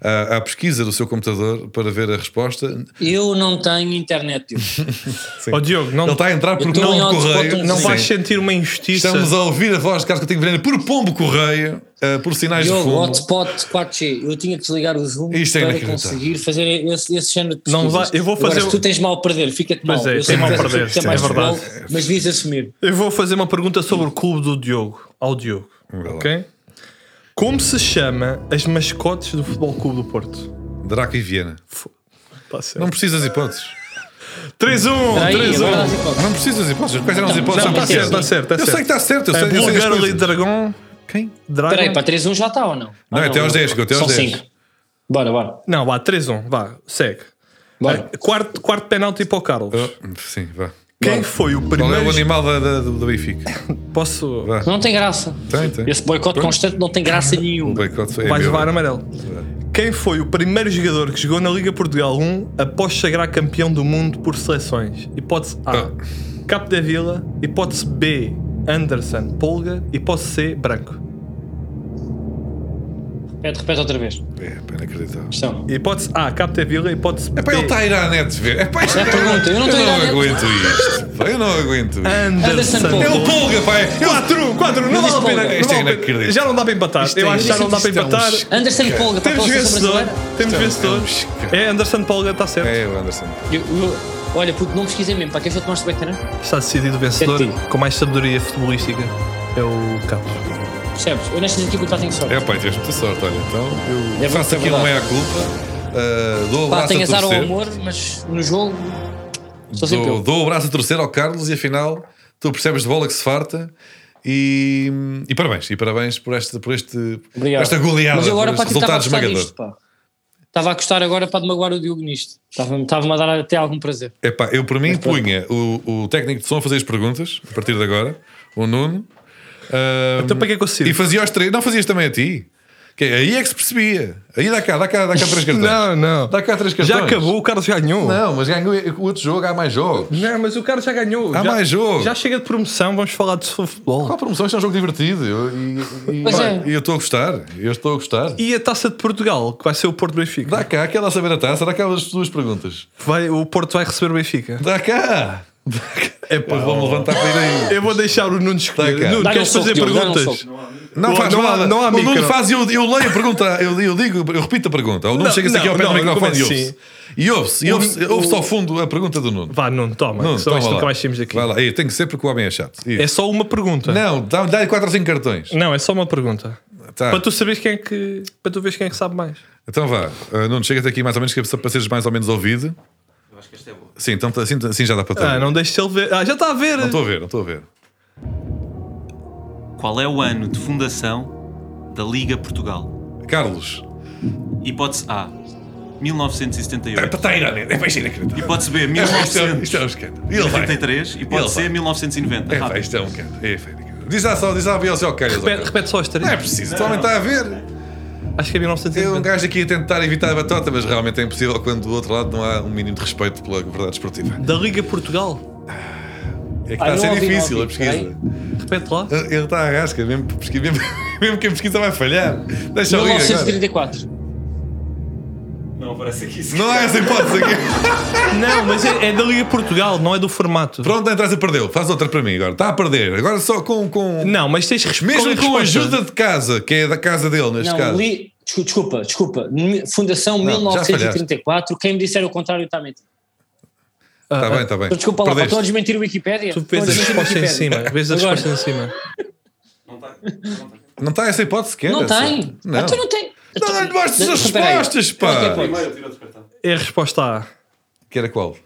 Speaker 2: eh, à, à pesquisa do seu computador para ver a resposta.
Speaker 1: Eu não tenho internet. Diogo.
Speaker 2: Sim.
Speaker 3: Ó Diogo, não,
Speaker 2: Ele está a entrar por
Speaker 1: Eu estou em
Speaker 2: pombo
Speaker 1: hotspot,
Speaker 2: correio.
Speaker 3: não
Speaker 1: Sim.
Speaker 3: vais sentir uma injustiça.
Speaker 2: Estamos a ouvir a voz de Carlos Coutinho Vilhena por pombo correio, eh, por sinais de
Speaker 1: Diogo,
Speaker 2: fundo.
Speaker 1: hotspot 4G. Eu tinha que desligar o Zoom
Speaker 2: Isto é
Speaker 1: para
Speaker 2: inacreditável.
Speaker 1: conseguir fazer esse, esse género de
Speaker 3: Não
Speaker 1: pesquisas.
Speaker 3: vai- eu vou
Speaker 1: Agora,
Speaker 3: fazer-
Speaker 1: se tu tens mal a perder, fica-te mal.
Speaker 3: Pois é,
Speaker 1: eu sei
Speaker 3: tem
Speaker 1: que
Speaker 3: mal a
Speaker 1: tu és
Speaker 3: perder,
Speaker 1: um
Speaker 3: sim,
Speaker 1: mais
Speaker 3: é verdade.
Speaker 1: futebol, Mas devias assumir.
Speaker 3: Eu vou fazer uma pergunta sobre o clube do Diogo, ao Diogo,
Speaker 2: lá.
Speaker 3: ok? Como se chama as mascotes do Futebol Clube do Porto?
Speaker 2: Draco e Viena.
Speaker 3: Tá
Speaker 2: Não
Speaker 3: certo.
Speaker 2: precisas hipóteses.
Speaker 3: 3-1,
Speaker 1: Aí, agora
Speaker 3: 3-1.
Speaker 1: dás hipótese.
Speaker 2: um. Não precisas de hipóteses. Quais eram as hipóteses?
Speaker 3: Não,
Speaker 2: Não
Speaker 3: está certo,
Speaker 2: precisas.
Speaker 3: está certo. tá
Speaker 2: Eu sei que está certo. Eu sei,
Speaker 3: É
Speaker 2: eu sei as
Speaker 3: Bulgar e
Speaker 2: coisas.
Speaker 3: Dragão.
Speaker 2: Quem?
Speaker 1: Espera aí,
Speaker 3: Dragon.
Speaker 1: para 3-1 já está ou não?
Speaker 2: Não, é
Speaker 1: Ah,
Speaker 2: até aos 10, até aos
Speaker 1: São
Speaker 2: 10.
Speaker 1: 5. Bora, bora.
Speaker 3: Não, vá, 3-1, vá, segue.
Speaker 1: Bora.
Speaker 3: Ah, Quarto, quarto penalti para o Carlos.
Speaker 2: Oh, Sim, vá.
Speaker 3: Quem foi o
Speaker 2: Qual é o
Speaker 3: primeiro.
Speaker 2: animal da, da, do Benfica?
Speaker 3: Posso.
Speaker 2: Vá.
Speaker 1: Não tem graça.
Speaker 2: Tem, tem.
Speaker 1: Esse boicote
Speaker 2: Pronto.
Speaker 1: constante não tem graça
Speaker 2: O
Speaker 1: nenhuma.
Speaker 2: boicote é
Speaker 3: Vais
Speaker 2: meu.
Speaker 3: levar amarelo. Quem foi o primeiro jogador que jogou na Liga Portugal 1 após sagrar campeão do mundo por seleções? Hipótese A.
Speaker 2: Ah.
Speaker 3: Capo da Vila. Hipótese B. Anderson Polga. Hipótese C. Branco.
Speaker 1: Repete, repete outra vez.
Speaker 2: É, pá, inacreditável.
Speaker 1: Questão.
Speaker 3: Hipótese A. Capo da Vila. Hipótese B.
Speaker 2: É pá, ele está a ir à net ver. É pá, isto
Speaker 1: É a pergunta, eu não estou a ir à net.
Speaker 2: aguento isto. pá, Eu não aguento isto.
Speaker 3: Anderson
Speaker 1: Anderson
Speaker 2: É o
Speaker 1: Polga.
Speaker 3: Polga.
Speaker 2: Polga, pá. é-
Speaker 3: 4, 4,
Speaker 1: Mas
Speaker 3: não vale a
Speaker 1: isto
Speaker 3: pena.
Speaker 1: é-
Speaker 3: não
Speaker 2: isto é
Speaker 3: vale a pena.
Speaker 2: inacreditável.
Speaker 3: Já não dá para empatar.
Speaker 2: Isto
Speaker 3: Eu
Speaker 2: é-
Speaker 3: acho que já não dá para
Speaker 2: isto é um
Speaker 3: empatar.
Speaker 2: esc-
Speaker 1: Anderson Polga para a
Speaker 3: Temos
Speaker 1: seleção
Speaker 3: vencedor.
Speaker 1: brasileira.
Speaker 3: Temos
Speaker 2: Isto é um
Speaker 3: vencedor.
Speaker 2: escândalo.
Speaker 3: É Anderson Polga, está certo.
Speaker 2: É o Anderson.
Speaker 1: Eu- eu- olha, puto, não pesquisei mesmo. Para quem foi que mostra o Beckerham?
Speaker 3: Está decidido o vencedor
Speaker 1: Certinho.
Speaker 3: com mais sabedoria futebolística. É o Carlos.
Speaker 1: Percebes? Eu nestas equipas tenho sorte.
Speaker 2: É pá, tens muita sorte, olha. Então
Speaker 1: É
Speaker 2: eu faço
Speaker 1: muito
Speaker 2: aqui uma
Speaker 1: verdade.
Speaker 2: meia-culpa. Ah, dou o
Speaker 1: Pá,
Speaker 2: braço
Speaker 1: tem
Speaker 2: a
Speaker 1: azar ao
Speaker 2: torcer.
Speaker 1: amor, mas no jogo sou sempre
Speaker 2: Dou,
Speaker 1: eu.
Speaker 2: dou o braço a torcer ao Carlos e afinal tu percebes de bola que se farta. E, e parabéns, e parabéns por, este, por este,
Speaker 1: Obrigado.
Speaker 2: esta goleada,
Speaker 1: Mas eu agora
Speaker 2: por
Speaker 1: para
Speaker 2: este
Speaker 1: ti estava a
Speaker 2: resultado
Speaker 1: gostar
Speaker 2: esmagador.
Speaker 1: disto, pá. Estava a gostar agora para de magoar o Diogo nisto. Estava-me estava a dar até algum prazer.
Speaker 2: Epá, eu por mim
Speaker 1: Mas pronto.
Speaker 2: punha o, o técnico de som a fazer as perguntas a partir de agora, o Nuno. Ah,
Speaker 3: Então para que é que eu sirvo?
Speaker 2: E fazia aos três, não fazias também a ti? Que é, aí é que se percebia. Aí dá cá, dá cá, dá cá três cartões.
Speaker 4: Não, não.
Speaker 2: Dá cá três cartões.
Speaker 3: Já acabou, o Carlos ganhou.
Speaker 2: Não, mas ganhou o outro jogo, há mais jogos.
Speaker 3: Não, mas o Carlos já ganhou.
Speaker 2: Há
Speaker 3: já,
Speaker 2: mais jogo.
Speaker 3: Já chega de promoção, vamos falar de futebol.
Speaker 2: Qual a promoção? Isto é um jogo divertido. Eu, e, e-
Speaker 1: Pois
Speaker 2: pá,
Speaker 1: é.
Speaker 2: e eu estou a gostar. Eu estou a gostar.
Speaker 3: E a taça de Portugal, que vai ser o Porto Benfica.
Speaker 2: Dá cá, aquela a tá, saber a taça, dá cá as duas perguntas.
Speaker 3: Vai, o Porto vai receber o Benfica.
Speaker 2: Dá cá!
Speaker 3: É
Speaker 2: Depois vão levantar para ir aí.
Speaker 3: Eu vou deixar o Nuno escolher.
Speaker 2: Tá, cara.
Speaker 3: Nuno,
Speaker 1: Dá-lhe
Speaker 3: queres
Speaker 1: um soco,
Speaker 3: fazer
Speaker 1: Diogo, dá-lhe um
Speaker 3: perguntas?
Speaker 1: soco.
Speaker 2: Não
Speaker 3: Não
Speaker 2: faz
Speaker 3: há-
Speaker 2: nada.
Speaker 3: não há
Speaker 2: o Nuno
Speaker 3: micro.
Speaker 2: faz e eu, eu leio a pergunta, eu, eu digo, eu repito a pergunta. O Nuno
Speaker 3: Não,
Speaker 2: chega-se aqui ao
Speaker 3: não,
Speaker 2: pé do
Speaker 3: não,
Speaker 2: microfone e
Speaker 3: como
Speaker 2: ouve-se.
Speaker 3: assim?
Speaker 2: E ouve-se, e
Speaker 3: O-
Speaker 2: ouve-se
Speaker 3: o-
Speaker 2: ouve-se ao fundo a pergunta do Nuno.
Speaker 3: Vá, Nuno, toma.
Speaker 2: Nuno,
Speaker 3: senão
Speaker 2: toma
Speaker 3: isto
Speaker 2: lá.
Speaker 3: nunca mais saímos daqui.
Speaker 2: Vai lá. Ei, tem que ser porque o homem é chato. Isso.
Speaker 3: É só uma pergunta. Não,
Speaker 2: Não, dá- dá-lhe 4 ou 5 cartões.
Speaker 3: é só uma pergunta.
Speaker 2: Tá.
Speaker 3: Para tu saberes quem é que. Para tu veres quem é que sabe mais.
Speaker 2: Então vá, uh, Nuno, chega-te aqui mais ou menos que é para seres mais ou menos ouvido.
Speaker 5: Eu acho que esta é boa.
Speaker 2: Sim, então assim, assim já dá para ter.
Speaker 3: Ah, não deixes ele ver. Ah, já está a ver.
Speaker 2: Não estou a ver, não estou a ver.
Speaker 5: Qual é o ano de fundação da Liga Portugal?
Speaker 2: Carlos.
Speaker 5: Hipótese A,
Speaker 2: É
Speaker 5: 1978.
Speaker 2: para estar É para isto é inacreditável.
Speaker 5: Hipótese B,
Speaker 2: Isto é- Isto é um
Speaker 5: 1983.
Speaker 2: escândalo. Ele vai.
Speaker 5: Hipótese C,
Speaker 2: Ele vai.
Speaker 5: 1990.
Speaker 2: É,
Speaker 5: Rápido.
Speaker 2: pá, isto é um escândalo. É, pá, inacreditável. Diz lá só, diz lá, ao seu Carlos. ó,
Speaker 3: Repete,
Speaker 2: Carlos.
Speaker 3: repete só as três.
Speaker 2: Não é preciso, também está a ver.
Speaker 3: Acho que
Speaker 2: É
Speaker 3: é
Speaker 2: um
Speaker 3: 1990.
Speaker 2: gajo aqui a tentar evitar a batota, mas realmente é impossível quando do outro lado não há um mínimo de respeito pela verdade esportiva.
Speaker 3: Da Liga Portugal.
Speaker 2: É que
Speaker 1: Ah,
Speaker 2: está a
Speaker 1: não
Speaker 2: ser
Speaker 1: ouvi, não
Speaker 2: difícil a
Speaker 1: ouvi,
Speaker 2: pesquisa.
Speaker 3: Repete lá.
Speaker 2: Ele ele está à rasca, mesmo, que pesquisa- mesmo, mesmo que a pesquisa vai falhar. Deixa eu ir Então, agora.
Speaker 1: 1934.
Speaker 5: Não, parece aqui.
Speaker 2: Não há essa hipótese aqui.
Speaker 3: Não, mas é, é da Liga Portugal, não é do formato.
Speaker 2: Pronto, então a entrada perdeu. Faz outra para mim agora. Está a perder. Agora só com. com...
Speaker 3: Não, mas tens respe- qual é
Speaker 2: Mesmo com a
Speaker 3: resposta.
Speaker 2: ajuda de casa, que é da casa dele neste
Speaker 1: Não,
Speaker 2: caso.
Speaker 1: li. descu- Desculpa, desculpa. Mi- Fundação
Speaker 2: já
Speaker 1: 1934. Quem me disser o contrário está a mentir.
Speaker 2: Está Tá bem, está bem.
Speaker 1: Então, Desculpa lá,
Speaker 2: Perdeste.
Speaker 1: estão a desmentir o Wikipédia.
Speaker 3: Ah, tá Tu
Speaker 1: Estão a
Speaker 3: vês a
Speaker 1: desmentir o
Speaker 3: resposta em
Speaker 1: Wikipédia.
Speaker 3: cima. Vês a
Speaker 1: Agora.
Speaker 3: resposta em cima.
Speaker 5: Não está. Não está.
Speaker 2: Não está essa hipótese sequer?
Speaker 1: Não
Speaker 2: essa?
Speaker 1: tem.
Speaker 2: Não.
Speaker 1: Então não tem.
Speaker 2: Não, não lhe mostres
Speaker 1: Então,
Speaker 2: as
Speaker 1: espera aí.
Speaker 2: respostas, pá.
Speaker 1: Qual é que é?
Speaker 5: Primeiro, tira outro cartão.
Speaker 3: É a resposta A.
Speaker 2: Que era qual?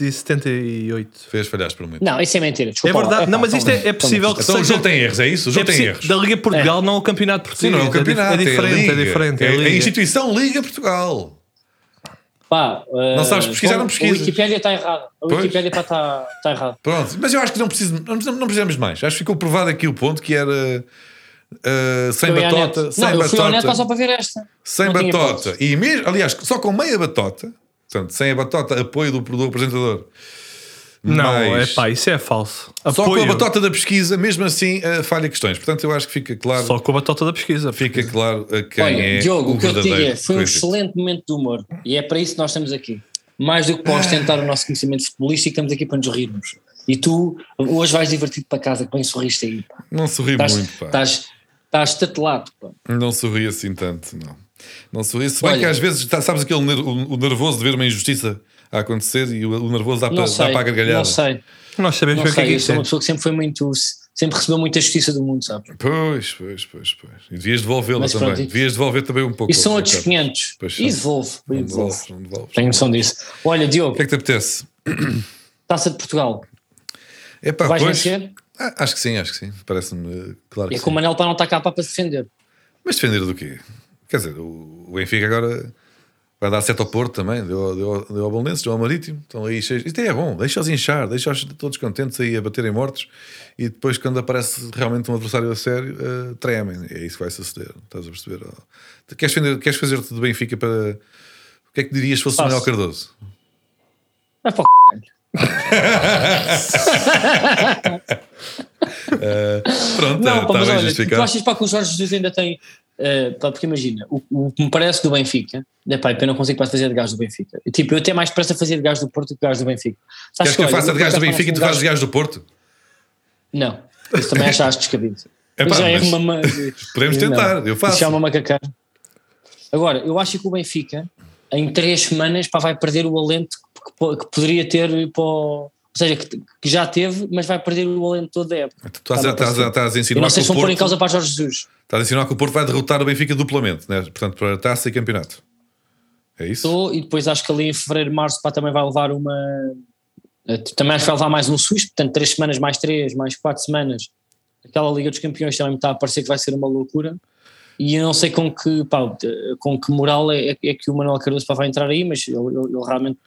Speaker 3: 1978.
Speaker 2: Fez falhaste por muito.
Speaker 1: Não, isso é mentira.
Speaker 3: É
Speaker 1: Desculpa lá. Ah,
Speaker 3: verdade.
Speaker 1: Epá,
Speaker 3: Não, mas isto é,
Speaker 1: toma,
Speaker 3: é possível que
Speaker 2: Então o
Speaker 3: seja.
Speaker 2: jogo tem erros, é isso? O
Speaker 3: é
Speaker 2: jogo tem
Speaker 3: possi-
Speaker 2: erros.
Speaker 3: Da Liga Portugal, não é o campeonato português.
Speaker 2: Sim, não é um
Speaker 3: dif-
Speaker 2: campeonato.
Speaker 3: É diferente, é,
Speaker 2: a Liga. É,
Speaker 3: diferente. é
Speaker 2: a
Speaker 3: Liga.
Speaker 2: instituição Liga Portugal.
Speaker 1: Pá, eh,
Speaker 2: sabes pesquisar, não
Speaker 1: bom, tá A
Speaker 2: pesquisas.
Speaker 1: Wikipédia está errada. A
Speaker 2: Pois.
Speaker 1: Wikipédia está tá, tá errada.
Speaker 2: Pronto, mas eu acho que não, preciso, não, precisamos- não precisamos de mais. Acho que ficou provado aqui o ponto que era uh, sem
Speaker 1: Eu ia à
Speaker 2: batota,
Speaker 1: net.
Speaker 2: sem
Speaker 1: Não, eu fui ao net
Speaker 2: batota,
Speaker 1: só para ver esta.
Speaker 2: sem
Speaker 1: Não tinha
Speaker 2: batota.
Speaker 1: hipótese.
Speaker 2: E mesmo, aliás, só com meia batota, portanto, sem a batota, apoio do, do apresentador.
Speaker 3: Não,
Speaker 2: Mas
Speaker 3: é pá, isso é falso.
Speaker 2: Só
Speaker 3: Apoio.
Speaker 2: com a batota da pesquisa, mesmo assim, uh, falha questões. Portanto, eu acho que fica claro,
Speaker 3: Só com a batota da pesquisa.
Speaker 2: fica claro a quem
Speaker 1: é. Olha,
Speaker 2: é
Speaker 1: Diogo, o que eu te digo
Speaker 2: verdadeiro
Speaker 1: é, foi um
Speaker 2: crítico.
Speaker 1: excelente momento de humor. E é para isso que nós estamos aqui. Mais do que
Speaker 2: Ah.
Speaker 1: para ostentar o nosso conhecimento futebolístico, estamos aqui para nos rirmos. E tu, hoje vais divertido para casa, que bem sorriste aí. pá.
Speaker 2: Não sorri
Speaker 1: Estás-
Speaker 2: muito, pá.
Speaker 1: Estás estás tatelado. pá.
Speaker 2: Não sorri assim tanto, não. Não sorri. Se bem
Speaker 1: Olha-
Speaker 2: que às vezes, tá- sabes aquele ner- o, o nervoso de ver uma injustiça a acontecer e o, o nervoso dá para,
Speaker 1: Não
Speaker 2: dá
Speaker 1: sei,
Speaker 2: para a gargalhada.
Speaker 1: não sei,
Speaker 3: Nós sabemos
Speaker 1: não
Speaker 3: bem o que é que
Speaker 1: sei. Eu
Speaker 3: isso
Speaker 1: sou
Speaker 3: é.
Speaker 1: uma pessoa que sempre foi muito... Sempre recebeu muita justiça do mundo, sabe?
Speaker 2: Pois, pois, pois, pois. E devias devolvê-la
Speaker 1: Mas
Speaker 2: também.
Speaker 1: pronto, e-
Speaker 2: Devias devolver também um pouco.
Speaker 1: E são
Speaker 2: ao
Speaker 1: outros
Speaker 2: Ricardo.
Speaker 1: 500.
Speaker 2: Pois
Speaker 1: E
Speaker 2: são.
Speaker 1: devolve. e
Speaker 2: Não
Speaker 1: devolve.
Speaker 2: devolves, não devolves.
Speaker 1: Tenho noção disso. Olha,
Speaker 2: O
Speaker 1: Diogo,
Speaker 2: que é que te apetece?
Speaker 1: Taça de Portugal.
Speaker 2: É pá,
Speaker 1: Vais
Speaker 2: pois.
Speaker 1: vencer?
Speaker 2: Ah, acho que sim, acho que sim. Parece-me eh, claro que
Speaker 1: É
Speaker 2: sim.
Speaker 1: que o Manel para não está cá para se defender.
Speaker 2: Mas defender do quê? Quer dizer, o, o Benfica agora vai dar sete ao Porto também, deu, ao- deu, ao- deu ao Bolonenses, deu ao Marítimo. Estão aí cheios. Isto é bom, deixa-os inchar, deixa-os todos contentes aí a baterem mortos e depois, quando aparece realmente um adversário a sério, eh, tremem. É isso que vai suceder, estás a perceber? Oh. Queres, defender- queres fazer-te de Benfica para. O que é que dirias se fosse o
Speaker 1: Faço.
Speaker 2: Manuel Cardoso?
Speaker 1: Vai para o
Speaker 2: Eh, Pronto,
Speaker 1: Não, pá, mas
Speaker 2: está Tá, bem
Speaker 1: olha, tu
Speaker 2: justificado.
Speaker 1: achas pá, que o Jorge Jesus ainda tem. eh, pá, porque imagina, o, o que me parece do Benfica, é pá, eu não consigo mais fazer de gajo do Benfica. E, Tipo, eu até mais depressa fazer de gajo do Porto do que de gajo do Benfica.
Speaker 2: Queres
Speaker 1: Sabes
Speaker 2: que eu
Speaker 1: olha,
Speaker 2: faça de
Speaker 1: Tá nunca
Speaker 2: gajo do
Speaker 1: mais
Speaker 2: Benfica e tu
Speaker 1: faço
Speaker 2: fazes
Speaker 1: de
Speaker 2: de gajo do Porto?
Speaker 1: gajo- Não, isso também achaste descabido.
Speaker 2: É pá,
Speaker 1: Mas já é
Speaker 2: mas
Speaker 1: uma ma-
Speaker 2: podemos
Speaker 1: Não,
Speaker 2: tentar, eu faço.
Speaker 1: Isso é uma macacana. Agora, eu acho que o Benfica, em três semanas, pá, vai perder o alento que, que po- que poderia ter para o- Ou seja, que, que já teve, mas vai perder o alento toda da época.
Speaker 2: Tu estás, a-
Speaker 1: Tá bem,
Speaker 2: estás, a-
Speaker 1: parece.
Speaker 2: estás a
Speaker 1: E
Speaker 2: insinuar
Speaker 1: não
Speaker 2: que
Speaker 1: sei
Speaker 2: o
Speaker 1: se vão pôr em
Speaker 2: Porto
Speaker 1: causa para Jorge Jesus.
Speaker 2: Estás a insinuar que o Porto vai derrotar o Benfica duplamente, né? portanto, para a taça e campeonato. É isso?
Speaker 1: Estou, e depois acho que ali em fevereiro, março, pá, também vai levar uma. eh, Também acho que vai levar mais um susto, portanto, três semanas, mais três, mais quatro semanas. Aquela Liga dos Campeões também me está a parecer que vai ser uma loucura. E eu não sei com que, pá, de- com que moral é, é que o Manuel Cardoso pá, vai entrar aí, mas ele, ele- ele realmente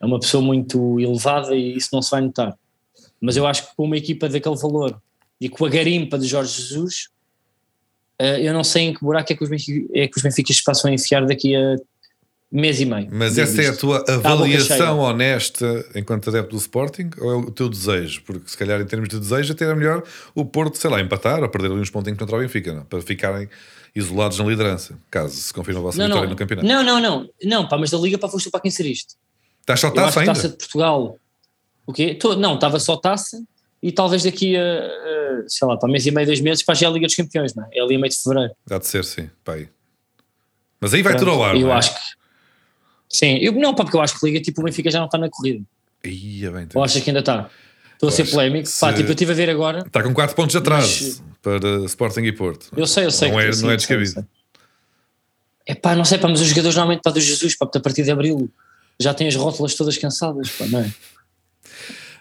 Speaker 1: é uma pessoa muito elevada e isso não se vai notar. Mas eu acho que com uma equipa daquele valor e com a garimpa de Jorge Jesus, eh, eu não sei em que buraco é que os Benfica, é que os Benfiquistas passam a enfiar daqui a mês e meio.
Speaker 2: Mas
Speaker 1: Digo
Speaker 2: essa é a
Speaker 1: isto. Tá
Speaker 2: tua
Speaker 1: boca cheia.
Speaker 2: avaliação honesta enquanto adepto do Sporting ou é o teu desejo? Porque se calhar em termos de desejo até era melhor o Porto, sei lá, empatar ou perder ali uns pontinhos contra o Benfica, não? é? para ficarem isolados na liderança, caso se confirme a vossa
Speaker 1: Não,
Speaker 2: vitória
Speaker 1: não.
Speaker 2: no campeonato.
Speaker 1: não, não, não, não, pá, mas da Liga para foste tu para quem ser isto.
Speaker 2: Estás só
Speaker 1: Eu acho
Speaker 2: taça
Speaker 1: que
Speaker 2: Tá
Speaker 1: tá
Speaker 2: ainda?
Speaker 1: taça de Portugal. O quê? Tô- não, estava só taça e talvez daqui a, a, sei lá, para mês e meio, dois meses, para já é a Liga dos Campeões, não é? É ali a meio de fevereiro.
Speaker 2: Há de ser, sim. Pá, aí. Mas aí vai tudo ao ar.
Speaker 1: eu
Speaker 2: não é?
Speaker 1: acho que. Sim, eu, não, pá, porque eu acho que Liga, tipo, o Benfica já não está na corrida.
Speaker 2: Ia bem,
Speaker 1: Ou achas que ainda está? Estou a ser
Speaker 2: Pois,
Speaker 1: polémico. Pá,
Speaker 2: se-
Speaker 1: tipo, eu estive a ver agora.
Speaker 2: Está Tá com 4 pontos de
Speaker 1: Mas-
Speaker 2: atraso para Sporting e Porto.
Speaker 1: Eu sei, eu sei.
Speaker 2: Não
Speaker 1: que-
Speaker 2: é-
Speaker 1: sim,
Speaker 2: não é
Speaker 1: eu sei, eu
Speaker 2: descabido.
Speaker 1: sei. É pá, não sei, pá, mas os jogadores normalmente, pá, do Jesus, pá, a partir de abril já têm as rótulas todas cansadas, pá, não é?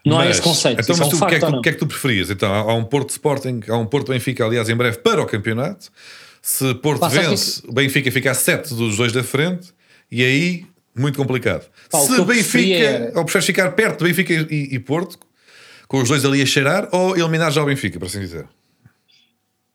Speaker 1: Não é
Speaker 2: Mas-
Speaker 1: esse conceito.
Speaker 2: Então,
Speaker 1: isso
Speaker 2: mas
Speaker 1: é
Speaker 2: tu,
Speaker 1: um
Speaker 2: o que,
Speaker 1: facto,
Speaker 2: é que,
Speaker 1: ou
Speaker 2: tu-
Speaker 1: não?
Speaker 2: o que é que tu preferias? Então, há há um Porto Sporting, há um Porto Benfica, aliás, em breve para o campeonato. Se Porto
Speaker 1: Pá, sabes
Speaker 2: vence, o Benfica fica a 7 dos dois da frente, e aí, muito complicado.
Speaker 1: Pá, o que
Speaker 2: Se
Speaker 1: eu preferia é-
Speaker 2: Benfica,
Speaker 1: era-
Speaker 2: ou preferes ficar perto de Benfica e, e Porto, com os dois ali a cheirar, ou eliminar já o Benfica, para assim dizer.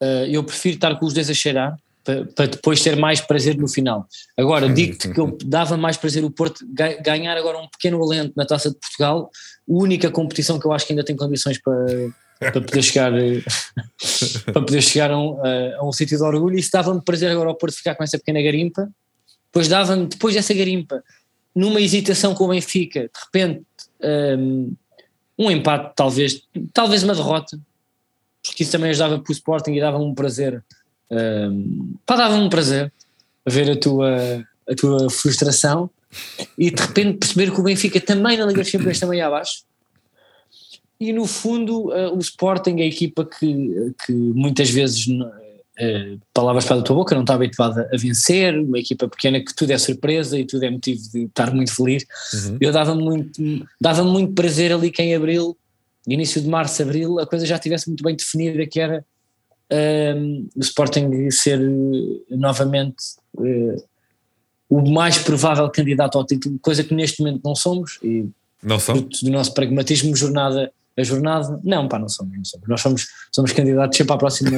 Speaker 1: Uh, eu prefiro estar com os dois a cheirar para, depois ter mais prazer no final. Agora, digo-te que eu dava mais prazer o Porto ga- ganhar agora um pequeno alento na Taça de Portugal, única competição que eu acho que ainda tem condições para, para poder chegar eh, para poder chegar a um, a- a um sítio de orgulho. E isso dava-me prazer agora ao Porto ficar com essa pequena garimpa, depois dava-me, depois dessa garimpa, numa hesitação com o Benfica, de repente. um, um empate, talvez, talvez uma derrota, porque isso também ajudava para o Sporting e dava-me um prazer. ehm, pá, dava-me um prazer ver a tua, a tua frustração e de repente perceber que o Benfica também na Liga dos Campeões também ia abaixo. E no fundo, eh, o Sporting é a equipa que, que muitas vezes, n- eh, palavras para a tua boca, não está habituada a vencer, uma equipa pequena que tudo é surpresa e tudo é motivo de estar muito feliz. Eu dava muito, dava muito prazer ali que em abril início de março, abril, a coisa já estivesse muito bem definida, que era hum, o Sporting ser eh, novamente eh, o mais provável candidato ao título, coisa que neste momento não somos, e
Speaker 2: Não são?
Speaker 1: fruto do nosso pragmatismo, jornada a jornada, não, pá, não somos, não somos. nós somos, somos candidatos sempre à próxima,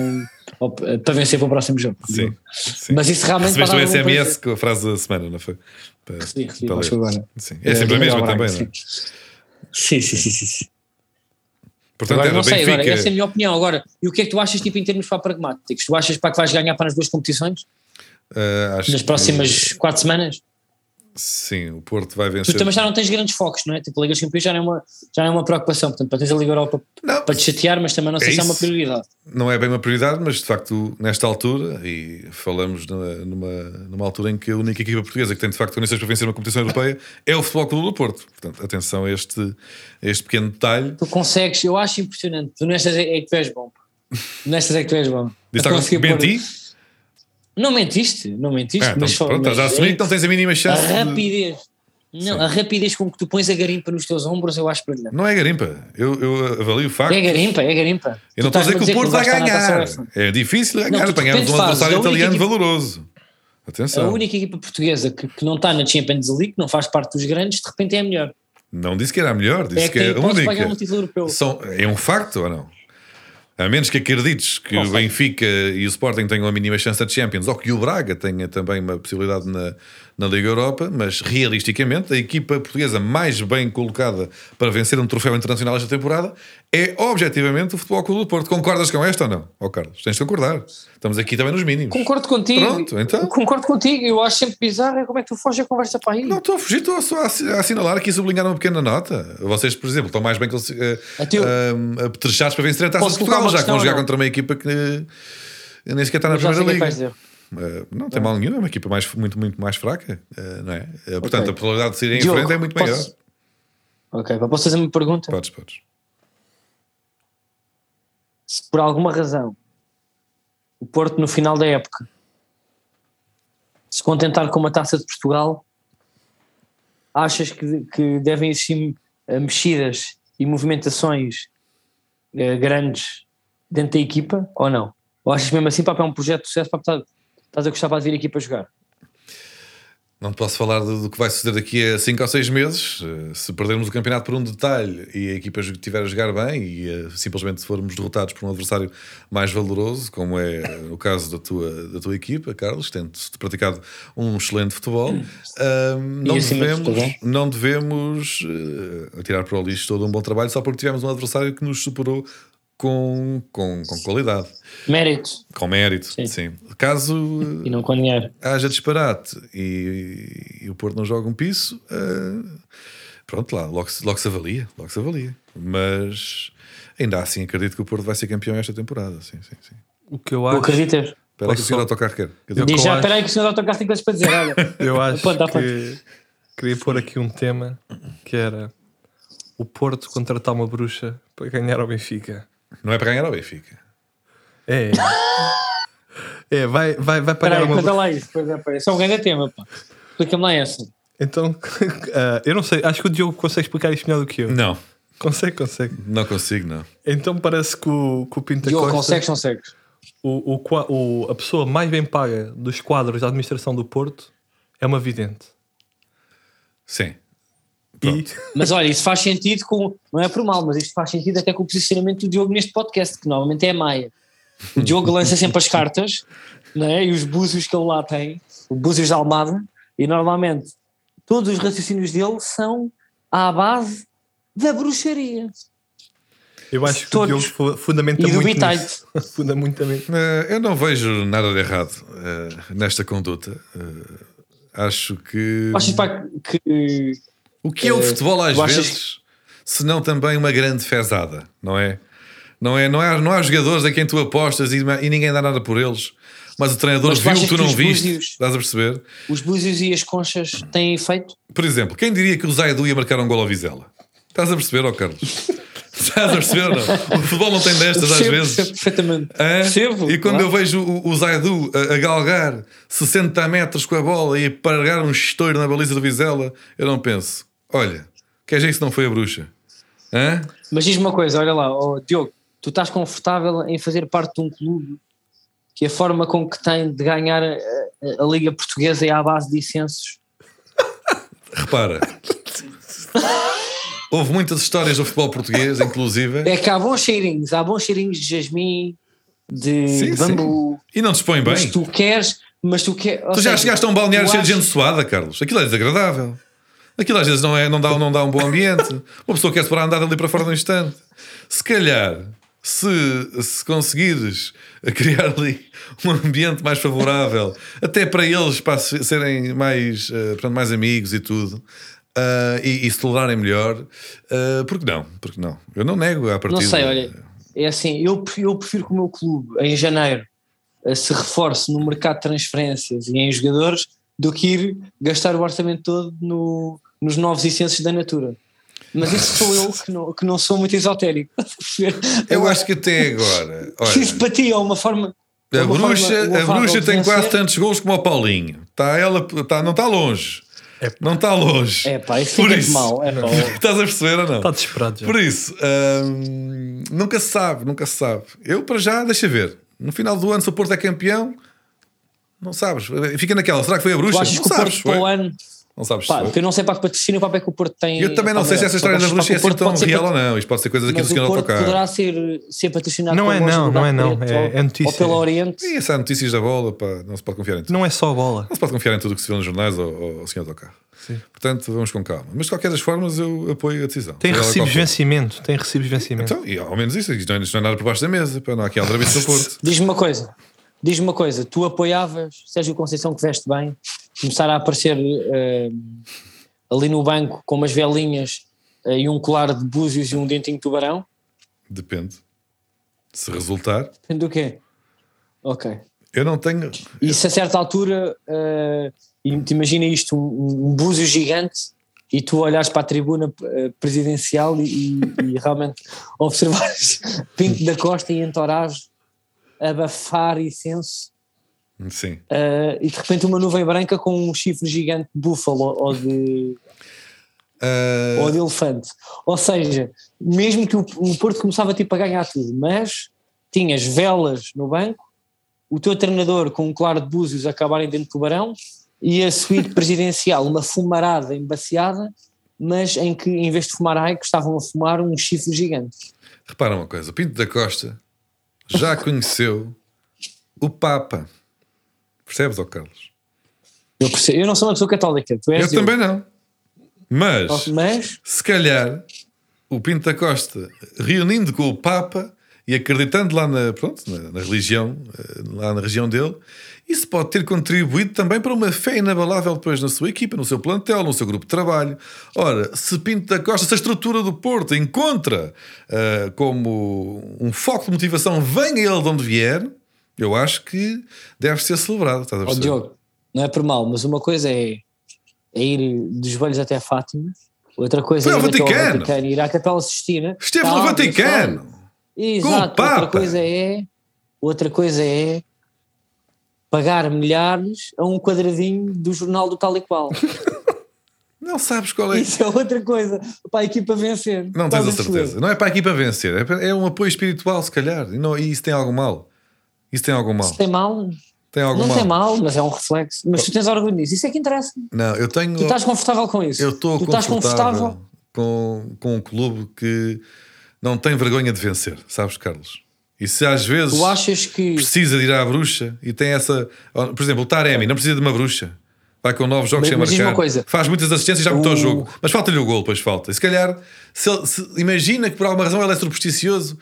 Speaker 1: ao- para vencer para o próximo jogo.
Speaker 2: Sim. sim.
Speaker 1: Mas isso realmente
Speaker 2: Recebeste
Speaker 1: pá, dava-me
Speaker 2: um
Speaker 1: um
Speaker 2: SMS
Speaker 1: prazer.
Speaker 2: com a frase da semana, não foi? Para-
Speaker 1: Sim, recebi,
Speaker 2: para
Speaker 1: acho que
Speaker 2: ler.
Speaker 1: agora.
Speaker 2: Sim. É sempre a
Speaker 1: Eh, Daniel
Speaker 2: mesma também,
Speaker 1: Braga,
Speaker 2: não é?
Speaker 1: sim. Sim, sim, sim, sim, sim.
Speaker 2: Portanto,
Speaker 1: Agora,
Speaker 2: era
Speaker 1: não sei,
Speaker 2: Benfica.
Speaker 1: agora, essa é a minha opinião. Agora, e o que é que tu achas tipo, em termos para pragmáticos? Tu achas para que vais ganhar para as duas competições
Speaker 2: eh, acho
Speaker 1: nas
Speaker 2: que-
Speaker 1: próximas quatro semanas?
Speaker 2: Sim, o Porto vai
Speaker 1: Tu
Speaker 2: vencer.
Speaker 1: também já não tens grandes focos, não é? Tipo, a Liga dos Campeões já não é uma, já não é uma preocupação. Portanto, para tens a Liga Europa
Speaker 2: Não,
Speaker 1: para te chatear, mas também não sei se é uma
Speaker 2: isso.
Speaker 1: prioridade.
Speaker 2: não é bem uma prioridade, mas de facto, nesta altura, e falamos numa, numa, numa altura em que a única equipa portuguesa que tem de facto condições para vencer uma competição europeia é o Futebol Clube do Porto. Portanto, atenção a este, a este pequeno detalhe.
Speaker 1: Tu consegues, eu acho impressionante. Tu nestas é, é que tu és bom. pá. Nestas é que tu és bom.
Speaker 2: Diz-te
Speaker 1: Eu
Speaker 2: algo que
Speaker 1: consegui pôr-
Speaker 2: menti?
Speaker 1: Não mentiste, não mentiste,
Speaker 2: Ah, então,
Speaker 1: mas só-
Speaker 2: pronto,
Speaker 1: mas
Speaker 2: já assumi
Speaker 1: é-
Speaker 2: que não tens a mínima
Speaker 1: a
Speaker 2: chance. de-
Speaker 1: rapidez. Não,
Speaker 2: Sim.
Speaker 1: a rapidez com que tu pões a garimpa nos teus ombros, eu acho brilhante.
Speaker 2: Não é garimpa. Eu, eu avalio o facto.
Speaker 1: É garimpa, é garimpa.
Speaker 2: Eu não
Speaker 1: Tu
Speaker 2: estou a dizer
Speaker 1: estás-me
Speaker 2: que o Porto vai
Speaker 1: vais estar na Taça
Speaker 2: ganhar.
Speaker 1: UEFA.
Speaker 2: É difícil ganhar.
Speaker 1: tu de
Speaker 2: Apanhamos
Speaker 1: repente
Speaker 2: um adversário
Speaker 1: fazes a única
Speaker 2: italiano
Speaker 1: equipa-
Speaker 2: valoroso.
Speaker 1: A
Speaker 2: Atenção.
Speaker 1: única equipa portuguesa que, que não está na Champions League, que não faz parte dos grandes, de repente é a melhor.
Speaker 2: Não disse que era a melhor, disse
Speaker 1: é
Speaker 2: que
Speaker 1: tem
Speaker 2: é a
Speaker 1: hipótese de pagar um
Speaker 2: única.
Speaker 1: título europeu.
Speaker 2: São- é um facto ou não? A menos que acredites que
Speaker 1: Não
Speaker 2: o
Speaker 1: sei.
Speaker 2: Benfica e o Sporting tenham a mínima chance de Champions, ou que o Braga tenha também uma possibilidade na, na Liga Europa, mas realisticamente a equipa portuguesa mais bem colocada para vencer um troféu internacional esta temporada é objetivamente o Futebol Clube do Porto. Concordas com esta ou não? Ó Carlos, tens de concordar. Estamos aqui também nos mínimos.
Speaker 1: Concordo contigo.
Speaker 2: Pronto, então.
Speaker 1: Concordo contigo. Eu acho sempre bizarro é como é que tu foges a conversa para aí.
Speaker 2: Não estou a fugir, estou só a assi- a assinalar aqui e sublinhar uma pequena nota. Vocês, por exemplo, estão mais bem classi- eh,
Speaker 1: Até eu-
Speaker 2: eh, apetrechados para vencer a taça
Speaker 1: Posso
Speaker 2: de Portugal,
Speaker 1: colocar uma
Speaker 2: já que vão
Speaker 1: questão,
Speaker 2: jogar
Speaker 1: não?
Speaker 2: contra uma equipa que eh, nem sequer está na
Speaker 1: Eu já sei o
Speaker 2: primeira
Speaker 1: que é que
Speaker 2: liga.
Speaker 1: vais dizer.
Speaker 2: Eh, não tem mal nenhum, é uma equipa mais, muito, muito mais fraca, eh, não é? Eh, portanto,
Speaker 1: Ok.
Speaker 2: a probabilidade de saírem em
Speaker 1: Diogo,
Speaker 2: frente é muito maior.
Speaker 1: posso- Ok, pá, posso fazer uma pergunta?
Speaker 2: Podes, podes.
Speaker 1: Se por alguma razão o Porto, no final da época, se contentar com uma taça de Portugal, achas que, que devem existir eh, mexidas e movimentações eh, grandes dentro da equipa ou não? Ou achas mesmo assim, pá, pá, é um projeto de sucesso, pá, pá, estás a gostar pá, de vir aqui para jogar?
Speaker 2: Não te posso falar do, do que vai suceder daqui a 5 ou 6 meses. Eh, Se perdermos o campeonato por um detalhe e a equipa estiver a jogar bem e eh, simplesmente formos derrotados por um adversário mais valoroso, como é eh, o caso da tua, da tua equipa, Carlos, tendo-se praticado um excelente futebol, ahm, não,
Speaker 1: Hum. acima de tudo,
Speaker 2: devemos,
Speaker 1: bem?
Speaker 2: não devemos eh, atirar para o lixo todo um bom trabalho só porque tivemos um adversário que nos superou com, com, com qualidade,
Speaker 1: Mérito
Speaker 2: com mérito. Sim.
Speaker 1: Sim.
Speaker 2: Caso eh,
Speaker 1: e não com dinheiro.
Speaker 2: haja disparate e, e o Porto não joga um piso, ah, pronto, lá, logo, se- logo se avalia, logo se avalia. Mas ainda assim acredito que o Porto vai ser campeão esta temporada. Sim, sim, sim.
Speaker 3: é. O que eu
Speaker 1: Tu
Speaker 3: acho.
Speaker 1: acreditas?
Speaker 2: Espera aí que
Speaker 3: Posso
Speaker 2: o senhor
Speaker 3: só-
Speaker 2: autocarro quer. Quer dizer,
Speaker 3: Eu
Speaker 1: Diz já,
Speaker 3: acho-
Speaker 1: espera aí que o senhor autocarro tem coisas para dizer, olha.
Speaker 3: Eu acho
Speaker 1: Aponta, aponta.
Speaker 3: que queria pôr aqui um tema que era o Porto contratar uma bruxa para ganhar ao Benfica.
Speaker 2: Não é para ganhar ao Benfica.
Speaker 3: É. É, vai, vai, vai pagar
Speaker 1: Espera aí,
Speaker 3: uma
Speaker 1: conta
Speaker 3: bruxa.
Speaker 1: lá isso. Pois é, pá, isso é um grande tema, pá. Explica-me lá essa.
Speaker 3: Então, ah, eu não sei, acho que o Diogo consegue explicar isto melhor do que eu.
Speaker 2: Não,
Speaker 3: Consegue, consegue.
Speaker 2: não consigo, não.
Speaker 3: Então parece que o, que o Pinta
Speaker 1: Diogo,
Speaker 3: Costa,
Speaker 1: consegues, consegues.
Speaker 3: o- o qua- o- a pessoa mais bem paga dos quadros da administração do Porto é uma vidente.
Speaker 2: Sim.
Speaker 3: E,
Speaker 1: Mas olha, isso faz sentido com. Não é por mal, mas isto faz sentido até com o posicionamento do Diogo neste podcast, que normalmente é a Maia. O Diogo lança sempre as cartas não é? e os búzios que ele lá tem, o búzios de Almada, e normalmente todos os raciocínios dele são à base da bruxaria
Speaker 3: eu acho que
Speaker 1: Todos.
Speaker 3: o Diogo fu- fundamenta
Speaker 1: e do
Speaker 3: muito
Speaker 1: bitite.
Speaker 3: nisso. Funda muito também.
Speaker 2: Eh, Eu não vejo nada de errado eh, nesta conduta. Eh, Acho que.
Speaker 1: Achas pá, que.
Speaker 2: O que é o
Speaker 1: Eh,
Speaker 2: futebol às
Speaker 1: tu achas
Speaker 2: vezes, se não também uma grande fezada, não é? Não, é, não, há, não há jogadores a quem tu apostas e, e ninguém dá nada por eles, mas o treinador
Speaker 1: Mas tu
Speaker 2: viu
Speaker 1: achas
Speaker 2: que tu
Speaker 1: que
Speaker 2: não
Speaker 1: os
Speaker 2: viste.
Speaker 1: búzios-
Speaker 2: Estás a perceber?
Speaker 1: os búzios e as conchas têm efeito?
Speaker 2: Por exemplo, quem diria que o Zaidu ia marcar um gol ao Vizela? Estás a perceber, ó Carlos? Estás a perceber ou não? O futebol não tem destas às
Speaker 1: Percebo,
Speaker 2: vezes.
Speaker 1: percebo perfeitamente.
Speaker 2: Hã?
Speaker 1: Percebo.
Speaker 2: É? E quando
Speaker 1: claro.
Speaker 2: eu vejo o, o Zaidu a, a galgar 60 metros com a bola e a pargar um estouro na baliza do Vizela, eu não penso: olha, quer dizer que isso não foi a bruxa? Hã?
Speaker 1: Mas diz-me uma coisa, olha lá, ó, Diogo, tu estás confortável em fazer parte de um clube que a forma com que tem de ganhar a, a- a Liga Portuguesa é à base de incensos?
Speaker 2: Repara. Houve muitas histórias do futebol português, inclusive.
Speaker 1: É que há bons cheirinhos, há bons cheirinhos de jasmim, de,
Speaker 2: Sim,
Speaker 1: de bambu,
Speaker 2: E não dispõe bem.
Speaker 1: mas
Speaker 2: tu
Speaker 1: tu queres, mas tu queres...
Speaker 2: já chegaste a um balneário cheio de
Speaker 1: acho-
Speaker 2: gente suada, Carlos. Aquilo é desagradável. Aquilo às vezes não, é, não, dá, não dá um bom ambiente. Uma pessoa quer-se parar andar ali para fora num instante. Se calhar, se, se conseguires criar ali um ambiente mais favorável, até para eles para se- serem mais, eh, portanto, mais amigos e tudo, ah, e, e se tolerarem melhor, ah, porque não? Porque não? Eu não nego à partida.
Speaker 1: Não sei, olha, é assim, eu, pre- eu prefiro que o meu clube em janeiro eh, se reforce no mercado de transferências e em jogadores do que ir gastar o orçamento todo no, nos novos incensos da Natura. Mas isso sou eu que não, que não sou muito esotérico.
Speaker 2: Eu acho que até agora.
Speaker 1: que isso
Speaker 2: Olha,
Speaker 1: para ti é uma forma. é
Speaker 2: a
Speaker 1: uma forma-
Speaker 2: bruxa,
Speaker 1: uma
Speaker 2: a
Speaker 1: forma
Speaker 2: bruxa
Speaker 1: de
Speaker 2: tem quase
Speaker 1: vencer.
Speaker 2: tantos gols como o Paulinho. Tá, ela, tá, não está longe. Não está longe.
Speaker 1: É pá, isso Tá.
Speaker 2: Por
Speaker 1: é
Speaker 2: isso.
Speaker 1: mau. É pá,
Speaker 2: Estás a perceber ou não?
Speaker 3: Está Tá desesperado já.
Speaker 2: Por isso, hum, nunca se sabe, nunca se sabe. Eu, para já, deixa ver. No final do ano, se o Porto é campeão, não sabes. Fica naquela. Será que foi a bruxa?
Speaker 1: tu achas
Speaker 2: Não
Speaker 1: que o
Speaker 2: sabes.
Speaker 1: Porto
Speaker 2: foi.
Speaker 1: para o ano.
Speaker 2: Não sabes.
Speaker 1: Pá,
Speaker 2: foi.
Speaker 1: porque eu não sei para que patrocínio, para que é que o Porto tem.
Speaker 2: Eu também não
Speaker 1: pá,
Speaker 2: sei se essa história da
Speaker 1: para-
Speaker 2: bruxa é
Speaker 1: para que o
Speaker 2: assim
Speaker 1: Porto
Speaker 2: tão
Speaker 1: pode ser
Speaker 2: real ou não. Isto pode ser coisas aqui do
Speaker 1: Mas o
Speaker 2: senhor
Speaker 1: Porto
Speaker 2: autocarro.
Speaker 1: poderá ser, ser patrocinado
Speaker 3: Não
Speaker 1: por
Speaker 3: é
Speaker 1: um
Speaker 3: não,
Speaker 1: jogador
Speaker 3: não é não,
Speaker 1: preto,
Speaker 3: é-
Speaker 1: ou-
Speaker 3: é notícia.
Speaker 1: Ou pelo Oriente.
Speaker 2: E essa é notícias da bola, pá, não se pode confiar em tudo.
Speaker 3: Não é só bola.
Speaker 2: Não se pode confiar em tudo o que se vê nos jornais ou, ou ao senhor do carro. Portanto, vamos com calma. Mas de qualquer das formas, eu apoio a decisão.
Speaker 3: Tem
Speaker 1: é
Speaker 2: Seja ela
Speaker 3: recibos de
Speaker 2: qual for.
Speaker 3: vencimento. Tem recibos de vencimento.
Speaker 2: Então, e ao menos isso, isto não é, isto não é nada por baixo da mesa. Pá, não há aqui outra vez do Porto.
Speaker 1: Diz-me uma coisa, diz-me uma coisa, tu apoiavas Sérgio Conceição que veste bem, começar a aparecer eh, ali no banco com umas velinhas eh, e um colar de búzios e um dentinho de tubarão?
Speaker 2: Depende. Se resultar,
Speaker 1: Depende do quê? Ok.
Speaker 2: eu não tenho.
Speaker 1: E se a certa altura, eh, im- te imagina isto, um, um búzio gigante e tu olhares para a tribuna eh, presidencial e, e- e realmente observares Pinto da Costa e entorares abafar eh, incenso
Speaker 2: Sim.
Speaker 1: Uh, e de repente uma nuvem branca com um chifre gigante de búfalo ou de,
Speaker 2: Ah,
Speaker 1: ou de elefante. Ou seja, mesmo que o, o Porto começava tipo a ganhar tudo, mas tinhas velas no banco, o teu treinador com um claro de búzios a acabarem dentro do barão e a suíte presidencial, uma fumarada embaciada, mas em que em vez de fumar aico estavam a fumar um chifre gigante.
Speaker 2: repara uma coisa: Pinto da Costa já conheceu o Papa. Percebes, ó Carlos?
Speaker 1: Eu, percebo- eu não sou uma pessoa católica, tu és
Speaker 2: Eu também não. Mas,
Speaker 1: Mas
Speaker 2: se calhar, o Pinto da Costa, reunindo com o Papa e acreditando lá na, pronto, na, na religião, eh, lá na região dele, isso pode ter contribuído também para uma fé inabalável depois na sua equipa, no seu plantel, no seu grupo de trabalho. Ora, se Pinto da Costa, se a estrutura do Porto encontra eh, como um foco de motivação, venha ele de onde vier, eu acho que deve ser celebrado. Estás a
Speaker 1: Ó,
Speaker 2: perceber?
Speaker 1: Diogo, não é por mal, mas uma coisa é, é ir dos joelhos até a Fátima, outra coisa
Speaker 2: Foi
Speaker 1: é
Speaker 2: ao
Speaker 1: ir até ao
Speaker 2: Vaticano.
Speaker 1: Vaticano, ir à Capela Sistina.
Speaker 2: Esteve no
Speaker 1: Calma,
Speaker 2: Vaticano!
Speaker 1: Exato,
Speaker 2: Com o
Speaker 1: outra
Speaker 2: Papa.
Speaker 1: coisa é outra coisa é pagar milhares a um quadradinho do jornal do tal e qual.
Speaker 2: Não sabes qual é.
Speaker 1: Isso é outra coisa para a equipa vencer.
Speaker 2: Não
Speaker 1: Estás
Speaker 2: tens a
Speaker 1: perceber?
Speaker 2: certeza. Não é para aqui para vencer. É, para- é um apoio espiritual, se calhar. E, não- e isso tem algum mal. Isso tem algum mal.
Speaker 1: Se tem mal,
Speaker 2: Tem algum
Speaker 1: não
Speaker 2: mal.
Speaker 1: tem mal, mas é um reflexo. Mas tu tens orgulho nisso, isso é que interessa.
Speaker 2: Não, eu tenho.
Speaker 1: Tu estás confortável com isso.
Speaker 2: eu estou
Speaker 1: tu estás
Speaker 2: confortável,
Speaker 1: confortável.
Speaker 2: com, com um clube que não tem vergonha de vencer, sabes, Carlos? E se às vezes
Speaker 1: Tu achas que
Speaker 2: precisa de ir à bruxa e tem essa. Por exemplo, o Taremi não precisa de uma bruxa. Vai com nove jogos
Speaker 1: Mas-
Speaker 2: sem
Speaker 1: mas diz
Speaker 2: marcar.
Speaker 1: uma coisa.
Speaker 2: Faz muitas assistências e já botou o
Speaker 1: O-
Speaker 2: jogo. Mas falta-lhe o gol, pois falta. E se calhar, se ele- se- imagina que por alguma razão ele é supersticioso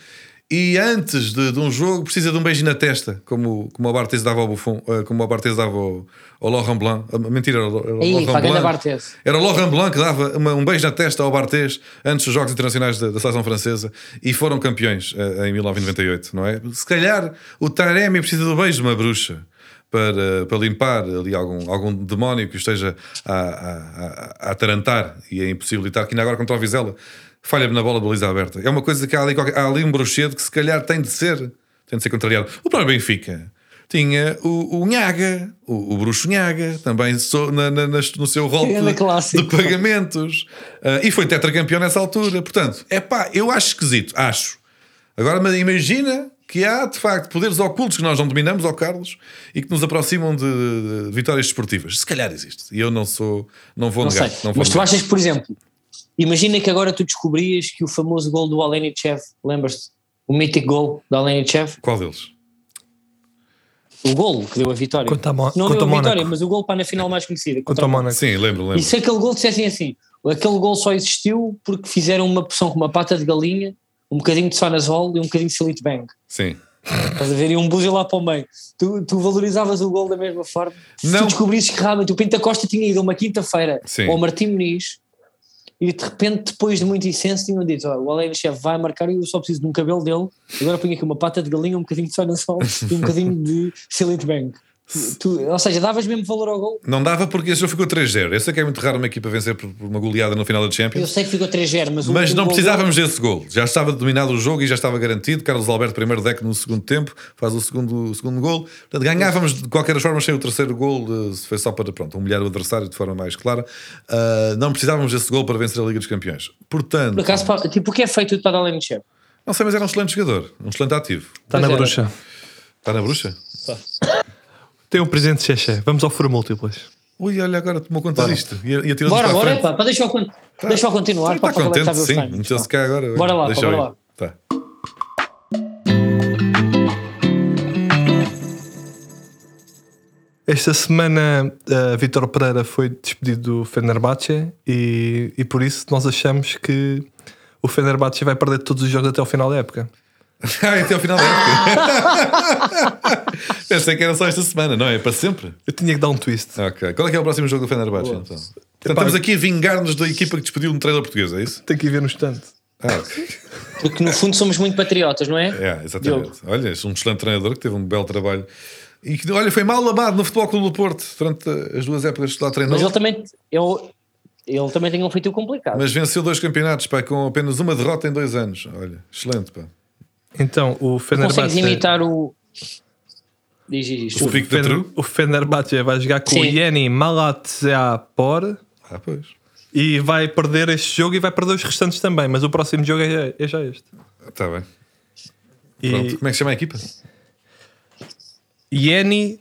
Speaker 2: e antes de, de um jogo precisa de um beijinho na testa, como, como o Bartes dava ao Buffon, eh, como o Bartes dava ao, ao Laurent Blanc. Ah, Mentira, era o- era o
Speaker 1: Aí,
Speaker 2: Laurent
Speaker 1: para a grande
Speaker 2: Blanc.
Speaker 1: Bartes.
Speaker 2: Era o Laurent Blanc que dava uma- um beijo na testa ao Barthez antes dos Jogos Internacionais da, da Seleção Francesa e foram campeões eh, em 1998, não é? Se calhar o Taremi precisa do beijo de uma bruxa para, para limpar ali algum, algum demónio que o esteja a, a, a, a atarantar e a impossibilitar, que ainda agora contra o Vizela falha-me na bola de baliza aberta. É uma coisa que há ali, qualquer- há ali um bruxedo que se calhar tem de ser, tem de ser contrariado. O próprio Benfica tinha o, o Nhaga, o, o bruxo Nhaga, também so- na- na- nas- no seu rol
Speaker 1: Grande
Speaker 2: de,
Speaker 1: clássico.
Speaker 2: de pagamentos. Ah, e foi tetracampeão nessa altura. Portanto, é pá, eu acho esquisito, acho. Agora, mas imagina que há, de facto, poderes ocultos que nós não dominamos, ó Carlos, e que nos aproximam de, de vitórias desportivas. Se calhar existe. E eu não sou, não vou
Speaker 1: Não sei.
Speaker 2: negar. um Não vou
Speaker 1: Mas tu
Speaker 2: negar.
Speaker 1: achas, que, por exemplo, imagina que agora tu descobrias que o famoso gol do Alenichev, lembras-te? O mítico gol do Alenichev,
Speaker 2: Qual deles?
Speaker 1: o gol que deu a vitória.
Speaker 3: Contra a Mo-
Speaker 1: não
Speaker 3: contra
Speaker 1: deu
Speaker 3: o
Speaker 1: a
Speaker 3: Mónaco.
Speaker 1: vitória, mas o gol para na final mais conhecida.
Speaker 3: Contra o Mónaco.
Speaker 2: Sim, lembro, lembro.
Speaker 1: E se aquele gol dissessem assim, aquele gol só existiu porque fizeram uma poção com uma pata de galinha, um bocadinho de Sonazol e um bocadinho de Silite Bang.
Speaker 2: Sim.
Speaker 1: Estás a ver? E um buzio lá para o meio. Tu, tu valorizavas o gol da mesma forma. Se
Speaker 2: Não.
Speaker 1: tu descobrisses que realmente o Pinta Costa tinha ido uma quinta-feira
Speaker 2: Sim.
Speaker 1: ao Martim Muniz e de repente, depois de muito incenso, tinham dito: "Olha, o Alex Chef vai marcar e eu só preciso de um cabelo dele. Agora ponho aqui uma pata de galinha, um bocadinho de sol e um bocadinho de Silent Bank. Tu- tu- ou seja, davas mesmo valor ao gol.
Speaker 2: Não dava porque esse jogo ficou 3-0. Eu sei que é muito raro uma equipa vencer por por uma goleada no final da Champions.
Speaker 1: Eu sei que ficou 3-0, mas o
Speaker 2: Mas
Speaker 1: último
Speaker 2: não
Speaker 1: gol
Speaker 2: precisávamos desse gol. Já estava dominado o jogo e já estava garantido. Carlos Alberto, primeiro deck no segundo tempo, faz o segundo, o segundo gol. Portanto, ganhávamos de qualquer forma sem o terceiro gol. eh, se Foi só para pronto, humilhar o adversário de forma mais clara. Ah, não precisávamos desse gol para vencer a Liga dos Campeões. Portanto,
Speaker 1: Por acaso, pá, tipo, o que é feito do Tadalem Chef?
Speaker 2: não sei, mas era um excelente jogador, um excelente ativo.
Speaker 3: Está Tá na
Speaker 1: Pois é.
Speaker 3: bruxa.
Speaker 2: Está na bruxa?
Speaker 3: Tem um presente de Xexé. Vamos ao furo múltiplas.
Speaker 2: Ui, olha, agora tomou conta disto. E, e atirou-nos
Speaker 1: Bora,
Speaker 2: para a
Speaker 1: bora,
Speaker 2: frente.
Speaker 1: pá, pá, deixa eu, con- deixa eu continuar.
Speaker 2: Está
Speaker 1: pá, para a galera
Speaker 2: contente,
Speaker 1: que
Speaker 2: sim.
Speaker 1: está a ver os times,
Speaker 2: Meteu-se
Speaker 1: pá.
Speaker 2: cá agora.
Speaker 1: Bora lá, pá,
Speaker 2: Deixa eu
Speaker 1: bora
Speaker 2: ir.
Speaker 1: lá.
Speaker 2: Tá.
Speaker 3: Esta semana, uh, Vitor Pereira foi despedido do Fenerbahçe e, e por isso nós achamos que o Fenerbahçe vai perder todos os jogos até ao final da época.
Speaker 2: Ah, até ao final da época. Pensei que era só esta semana, não é? Para sempre.
Speaker 3: Eu tinha que dar um twist.
Speaker 2: Ok. Qual é que é o próximo jogo do Fenerbahçe? Então? Portanto, estamos aqui a vingar-nos da equipa que despediu um trailer português, é isso?
Speaker 3: Tem que ir ver no estante.
Speaker 2: Ah, ok.
Speaker 1: Porque no fundo somos muito patriotas, não é?
Speaker 2: É, exatamente. Olha, és um excelente treinador que teve um belo trabalho. E que, olha, foi mal amado no Futebol Clube do Porto durante as duas épocas que lá treinou.
Speaker 1: Mas
Speaker 2: Mas,
Speaker 1: ele também, ele, ele também tem um feito complicado.
Speaker 2: venceu dois campeonatos, pá, com apenas uma derrota em dois anos. Olha, excelente, pá.
Speaker 3: Então, o
Speaker 1: Consegues
Speaker 3: Fenerbahçe.
Speaker 1: imitar o. Diz, diz,
Speaker 2: O
Speaker 1: diz.
Speaker 2: Fico da Tru.
Speaker 3: o Fenerbahçe vai jogar com o
Speaker 1: Sim.
Speaker 3: Yeni Malatziapor
Speaker 2: Ah, pois.
Speaker 3: E vai perder este jogo e vai perder os restantes também, mas o próximo jogo é, é já este.
Speaker 2: Está Tá bem. Pronto.
Speaker 3: E
Speaker 2: Como é que se chama a equipa?
Speaker 3: Yeni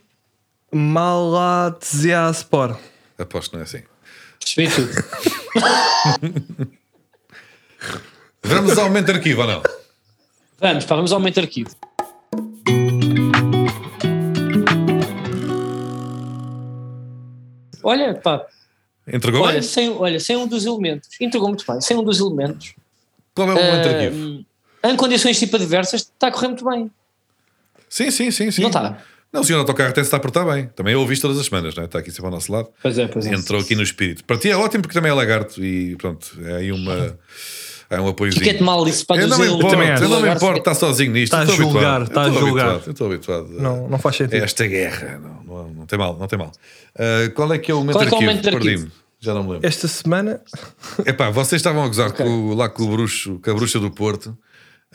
Speaker 3: Malatsiaspor.
Speaker 2: Aposto que não é assim.
Speaker 1: Percebi tudo.
Speaker 2: Vamos ao momento de arquivo ou não?
Speaker 1: Vamos, pá, vamos ao momento de arquivo. Olha, pá,
Speaker 2: Entregou?
Speaker 1: olha, sem, olha, sem um dos elementos, entregou muito bem, sem um dos elementos,
Speaker 2: Qual é o momento de arquivo?
Speaker 1: ah, em condições tipo adversas, está a correr muito bem.
Speaker 2: Sim, sim, sim, sim.
Speaker 1: Não tá. está?
Speaker 2: Não, o senhor autocarro até se está a portar tá bem. Também eu ouvi todas as semanas, não é? Está aqui sempre ao nosso lado.
Speaker 1: Pois é, pois é.
Speaker 2: Entrou aqui no espírito. Para ti é ótimo porque também é lagarto e pronto, é aí uma. É um apoiozinho.
Speaker 1: Fiquei-te mal isso para
Speaker 2: eu não me
Speaker 1: dizer o
Speaker 2: importo,
Speaker 3: também
Speaker 2: eu não me
Speaker 1: acho.
Speaker 2: importo estar sozinho nisto.
Speaker 3: Está
Speaker 2: eu estou
Speaker 3: a julgar,
Speaker 2: habituado,
Speaker 3: está
Speaker 2: eu
Speaker 3: a
Speaker 2: estou
Speaker 3: julgar.
Speaker 2: habituado, Eu estou habituado. a-
Speaker 3: Não, não faz
Speaker 2: a
Speaker 3: sentido.
Speaker 2: Esta guerra, não, não, não tem mal, não tem mal. Ah, qual é que é o momento
Speaker 1: Qual é que é o
Speaker 2: arquivo?
Speaker 1: momento de arquivo?
Speaker 2: Perdi-me, já não me lembro.
Speaker 3: Esta semana
Speaker 2: Epá, vocês estavam a gozar com, o- lá com o bruxo, com a bruxa do Porto,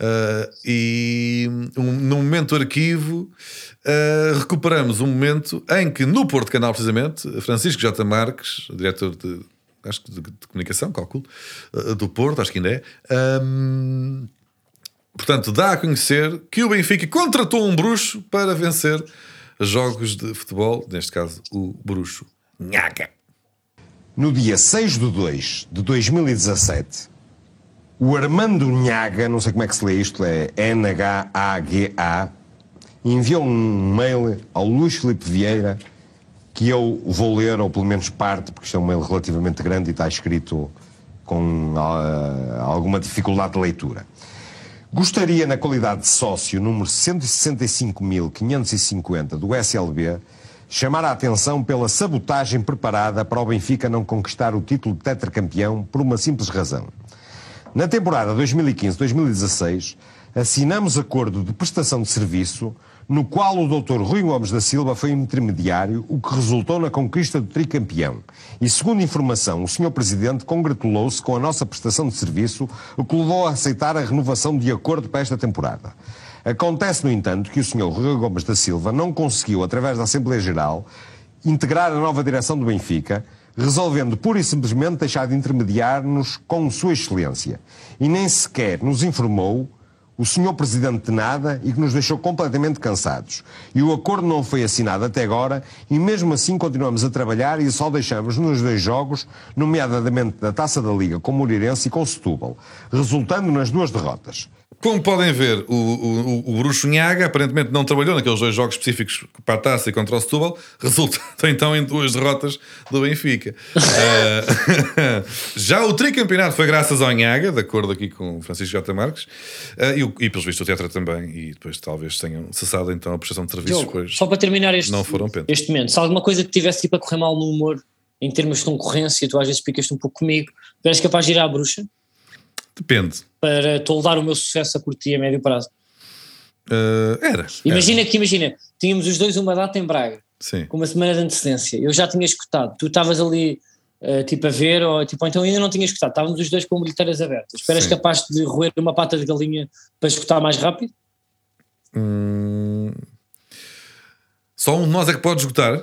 Speaker 2: ah, e um, no momento arquivo ah, recuperamos um momento em que no Porto Canal, precisamente, Francisco J. Marques, diretor de, acho que de, de comunicação, calculo, ah, do Porto, acho que ainda é, ah, portanto, dá a conhecer que o Benfica contratou um bruxo para vencer jogos de futebol, neste caso o bruxo Nhaca.
Speaker 6: No dia 6 de 2 de 2017, o Armando Nhaga, não sei como é que se lê isto, é N-H-A-G-A, enviou um mail ao Luís Filipe Vieira, que eu vou ler, ou pelo menos parte, porque isto é um mail relativamente grande e está escrito com ah, alguma dificuldade de leitura. Gostaria, na qualidade de sócio número 165.550 do SLB, chamar a atenção pela sabotagem preparada para o Benfica não conquistar o título de tetracampeão por uma simples razão. Na temporada 2015-2016, assinamos acordo de prestação de serviço no qual o Dr. Rui Gomes da Silva foi intermediário, o que resultou na conquista do tricampeão. E segundo informação, o Sr. Presidente congratulou-se com a nossa prestação de serviço, o que levou a aceitar a renovação de acordo para esta temporada. Acontece, no entanto, que o Sr. Rui Gomes da Silva não conseguiu, através da Assembleia Geral, integrar a nova direção do Benfica, resolvendo pura e simplesmente deixar de intermediar-nos com Sua Excelência. E nem sequer nos informou o Sr. Presidente de nada e que nos deixou completamente cansados. E o acordo não foi assinado até agora e mesmo assim continuamos a trabalhar e só deixamos nos dois jogos, nomeadamente da Taça da Liga com o Moreirense e com Setúbal, resultando nas duas derrotas.
Speaker 2: Como podem ver, o, o, o Bruxo Nhaga aparentemente não trabalhou naqueles dois jogos específicos para a taça e contra o Setúbal, resultando então em duas derrotas do Benfica. Ah, já o tricampeonato foi graças ao Nhaga, de acordo aqui com o Francisco J. Marques, Ah, e, o- e pelos vistos o Tetra também, e depois talvez tenham cessado então a prestação de serviços.
Speaker 1: Diogo,
Speaker 2: pois-
Speaker 1: é só para terminar este,
Speaker 2: não foram pênaltis.
Speaker 1: este momento, se alguma coisa que tivesse tipo a correr mal no humor em termos de concorrência, tu às vezes picas-te um pouco comigo, tu eras capaz de ir à bruxa
Speaker 2: Depende.
Speaker 1: para toldar o meu sucesso a curtir a médio prazo.
Speaker 2: Ah, era.
Speaker 1: Imagina que, imagina, tínhamos os dois uma data em Braga,
Speaker 2: Era. Sim.
Speaker 1: com uma semana de antecedência, eu já tinha escutado, tu estavas ali eh, tipo a ver, ou, tipo, ou então ainda não tinha escutado, estávamos os dois com bilheteiras abertas, tu eras
Speaker 2: Sim.
Speaker 1: capaz de roer uma pata de galinha para escutar mais rápido?
Speaker 2: Hum, Só um de nós é que pode esgotar,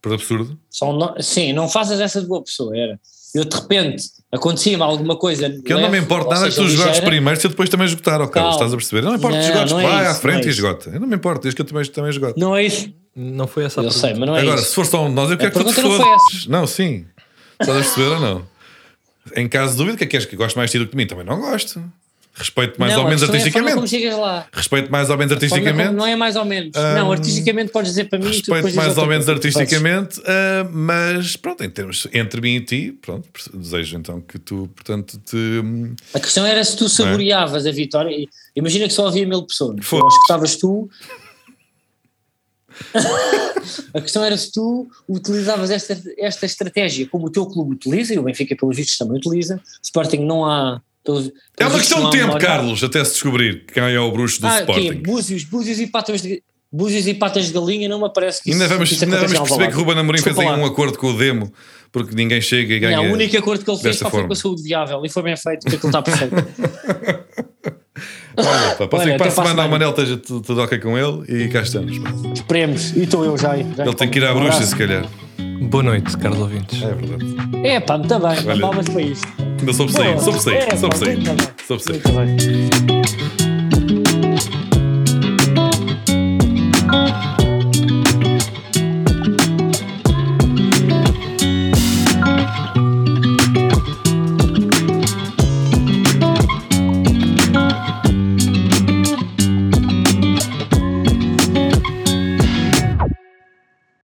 Speaker 2: por absurdo.
Speaker 1: Só um no- Sim, não fazes essa de boa pessoa, era. Eu de repente acontecia-me alguma coisa.
Speaker 2: Que eu não me importo nada que tu jogares primeiro se eu depois também esgotar, ok?
Speaker 1: Calma.
Speaker 2: Estás a perceber? Eu não me importo que tu
Speaker 1: Não,
Speaker 2: jogares,
Speaker 1: não é
Speaker 2: vai
Speaker 1: isso,
Speaker 2: à
Speaker 1: não
Speaker 2: frente
Speaker 1: é
Speaker 2: e
Speaker 1: isso.
Speaker 2: esgota. Eu não me importo, desde que eu também, também esgote.
Speaker 1: Não é isso?
Speaker 3: não foi essa a
Speaker 1: Eu
Speaker 3: pergunta.
Speaker 1: sei, mas não é
Speaker 2: Tá Agora,
Speaker 1: isso.
Speaker 2: se for só um de nós, eu quero que tu te
Speaker 1: pergunta não
Speaker 2: fodas.
Speaker 1: foi
Speaker 2: Não, sim. Estás a perceber ou não? Em caso de dúvida, que é que queres que goste mais de ti do que de mim? Também não gosto. Respeito mais
Speaker 1: não,
Speaker 2: ou
Speaker 1: a
Speaker 2: menos
Speaker 1: questão é a forma como
Speaker 2: artisticamente.
Speaker 1: chegas lá.
Speaker 2: Respeito mais ou menos
Speaker 1: A forma como-
Speaker 2: artisticamente.
Speaker 1: Não é mais ou menos. não, artisticamente podes dizer para mim. tu depois
Speaker 2: Respeito
Speaker 1: dizes
Speaker 2: mais
Speaker 1: outra
Speaker 2: ou menos
Speaker 1: coisa que fazes.
Speaker 2: artisticamente, ah, mas pronto, em termos entre mim e ti, pronto, desejo então que tu, portanto, te. hum,
Speaker 1: A questão era se tu saboreavas a vitória. e- Imagina que só havia mil pessoas.
Speaker 2: Foi.
Speaker 1: Ou escutavas tu. a questão era se tu utilizavas esta, esta estratégia como o teu clube utiliza, e o Benfica, pelos vistos, também utiliza. Sporting não há. pelos-
Speaker 2: É
Speaker 1: pelos vistos
Speaker 2: uma questão
Speaker 1: não há
Speaker 2: de tempo,
Speaker 1: memória.
Speaker 2: Carlos, até se descobrir quem é o bruxo do
Speaker 1: Ah,
Speaker 2: Sporting.
Speaker 1: aqui, búzios, búzios e patas de. Búzios e patas de galinha, não me parece que
Speaker 2: Ainda
Speaker 1: isso,
Speaker 2: vamos,
Speaker 1: isso
Speaker 2: ainda vamos
Speaker 1: acontece em
Speaker 2: perceber
Speaker 1: Alvalade.
Speaker 2: que Ruben Amorim fez
Speaker 1: Desculpa
Speaker 2: aí
Speaker 1: lá.
Speaker 2: um acordo com o Demo, porque ninguém chega e ganha.
Speaker 1: Não, o único acordo que ele fez
Speaker 2: desta
Speaker 1: só foi
Speaker 2: forma.
Speaker 1: com a saúde viável e foi bem feito, porque aquilo está perfeito.
Speaker 2: Olha, pá, pode
Speaker 1: Olha,
Speaker 2: ser que para a
Speaker 1: até para a
Speaker 2: semana
Speaker 1: semana.
Speaker 2: o Manel esteja tudo tudo ok com ele e cá estamos. pá.
Speaker 1: Hum. Esperemos. E estou eu já aí. já
Speaker 2: Ele tem que ir à
Speaker 1: Um
Speaker 2: bruxa,
Speaker 1: abraço.
Speaker 2: se calhar.
Speaker 3: Boa noite, caros ouvintes.
Speaker 2: É verdade.
Speaker 1: É pá, muito bem, palmas para isto.
Speaker 2: Ainda soube sair,
Speaker 1: Boa.
Speaker 2: soube sair,
Speaker 1: É,
Speaker 2: soube
Speaker 1: pá,
Speaker 2: sair.
Speaker 1: muito bem.
Speaker 2: Soube sair.
Speaker 1: Muito bem.